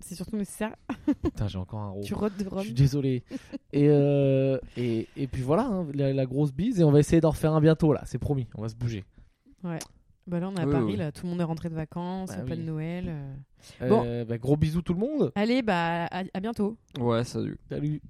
C'est surtout nécessaire. Putain, j'ai encore un rôle. Tu rôtes de Oh. Je rhum. suis désolé. et, euh, et, et puis voilà, hein, la, la grosse bise. Et on va essayer d'en refaire un bientôt, là. C'est promis, on va se bouger. Bah là on est à Oui, Paris oui. là, tout le monde est rentré de vacances, Bah pas de oui. Noël. euh. Euh, bah, gros bisous tout le monde. Allez bah à- à bientôt. Ouais, salut. Salut.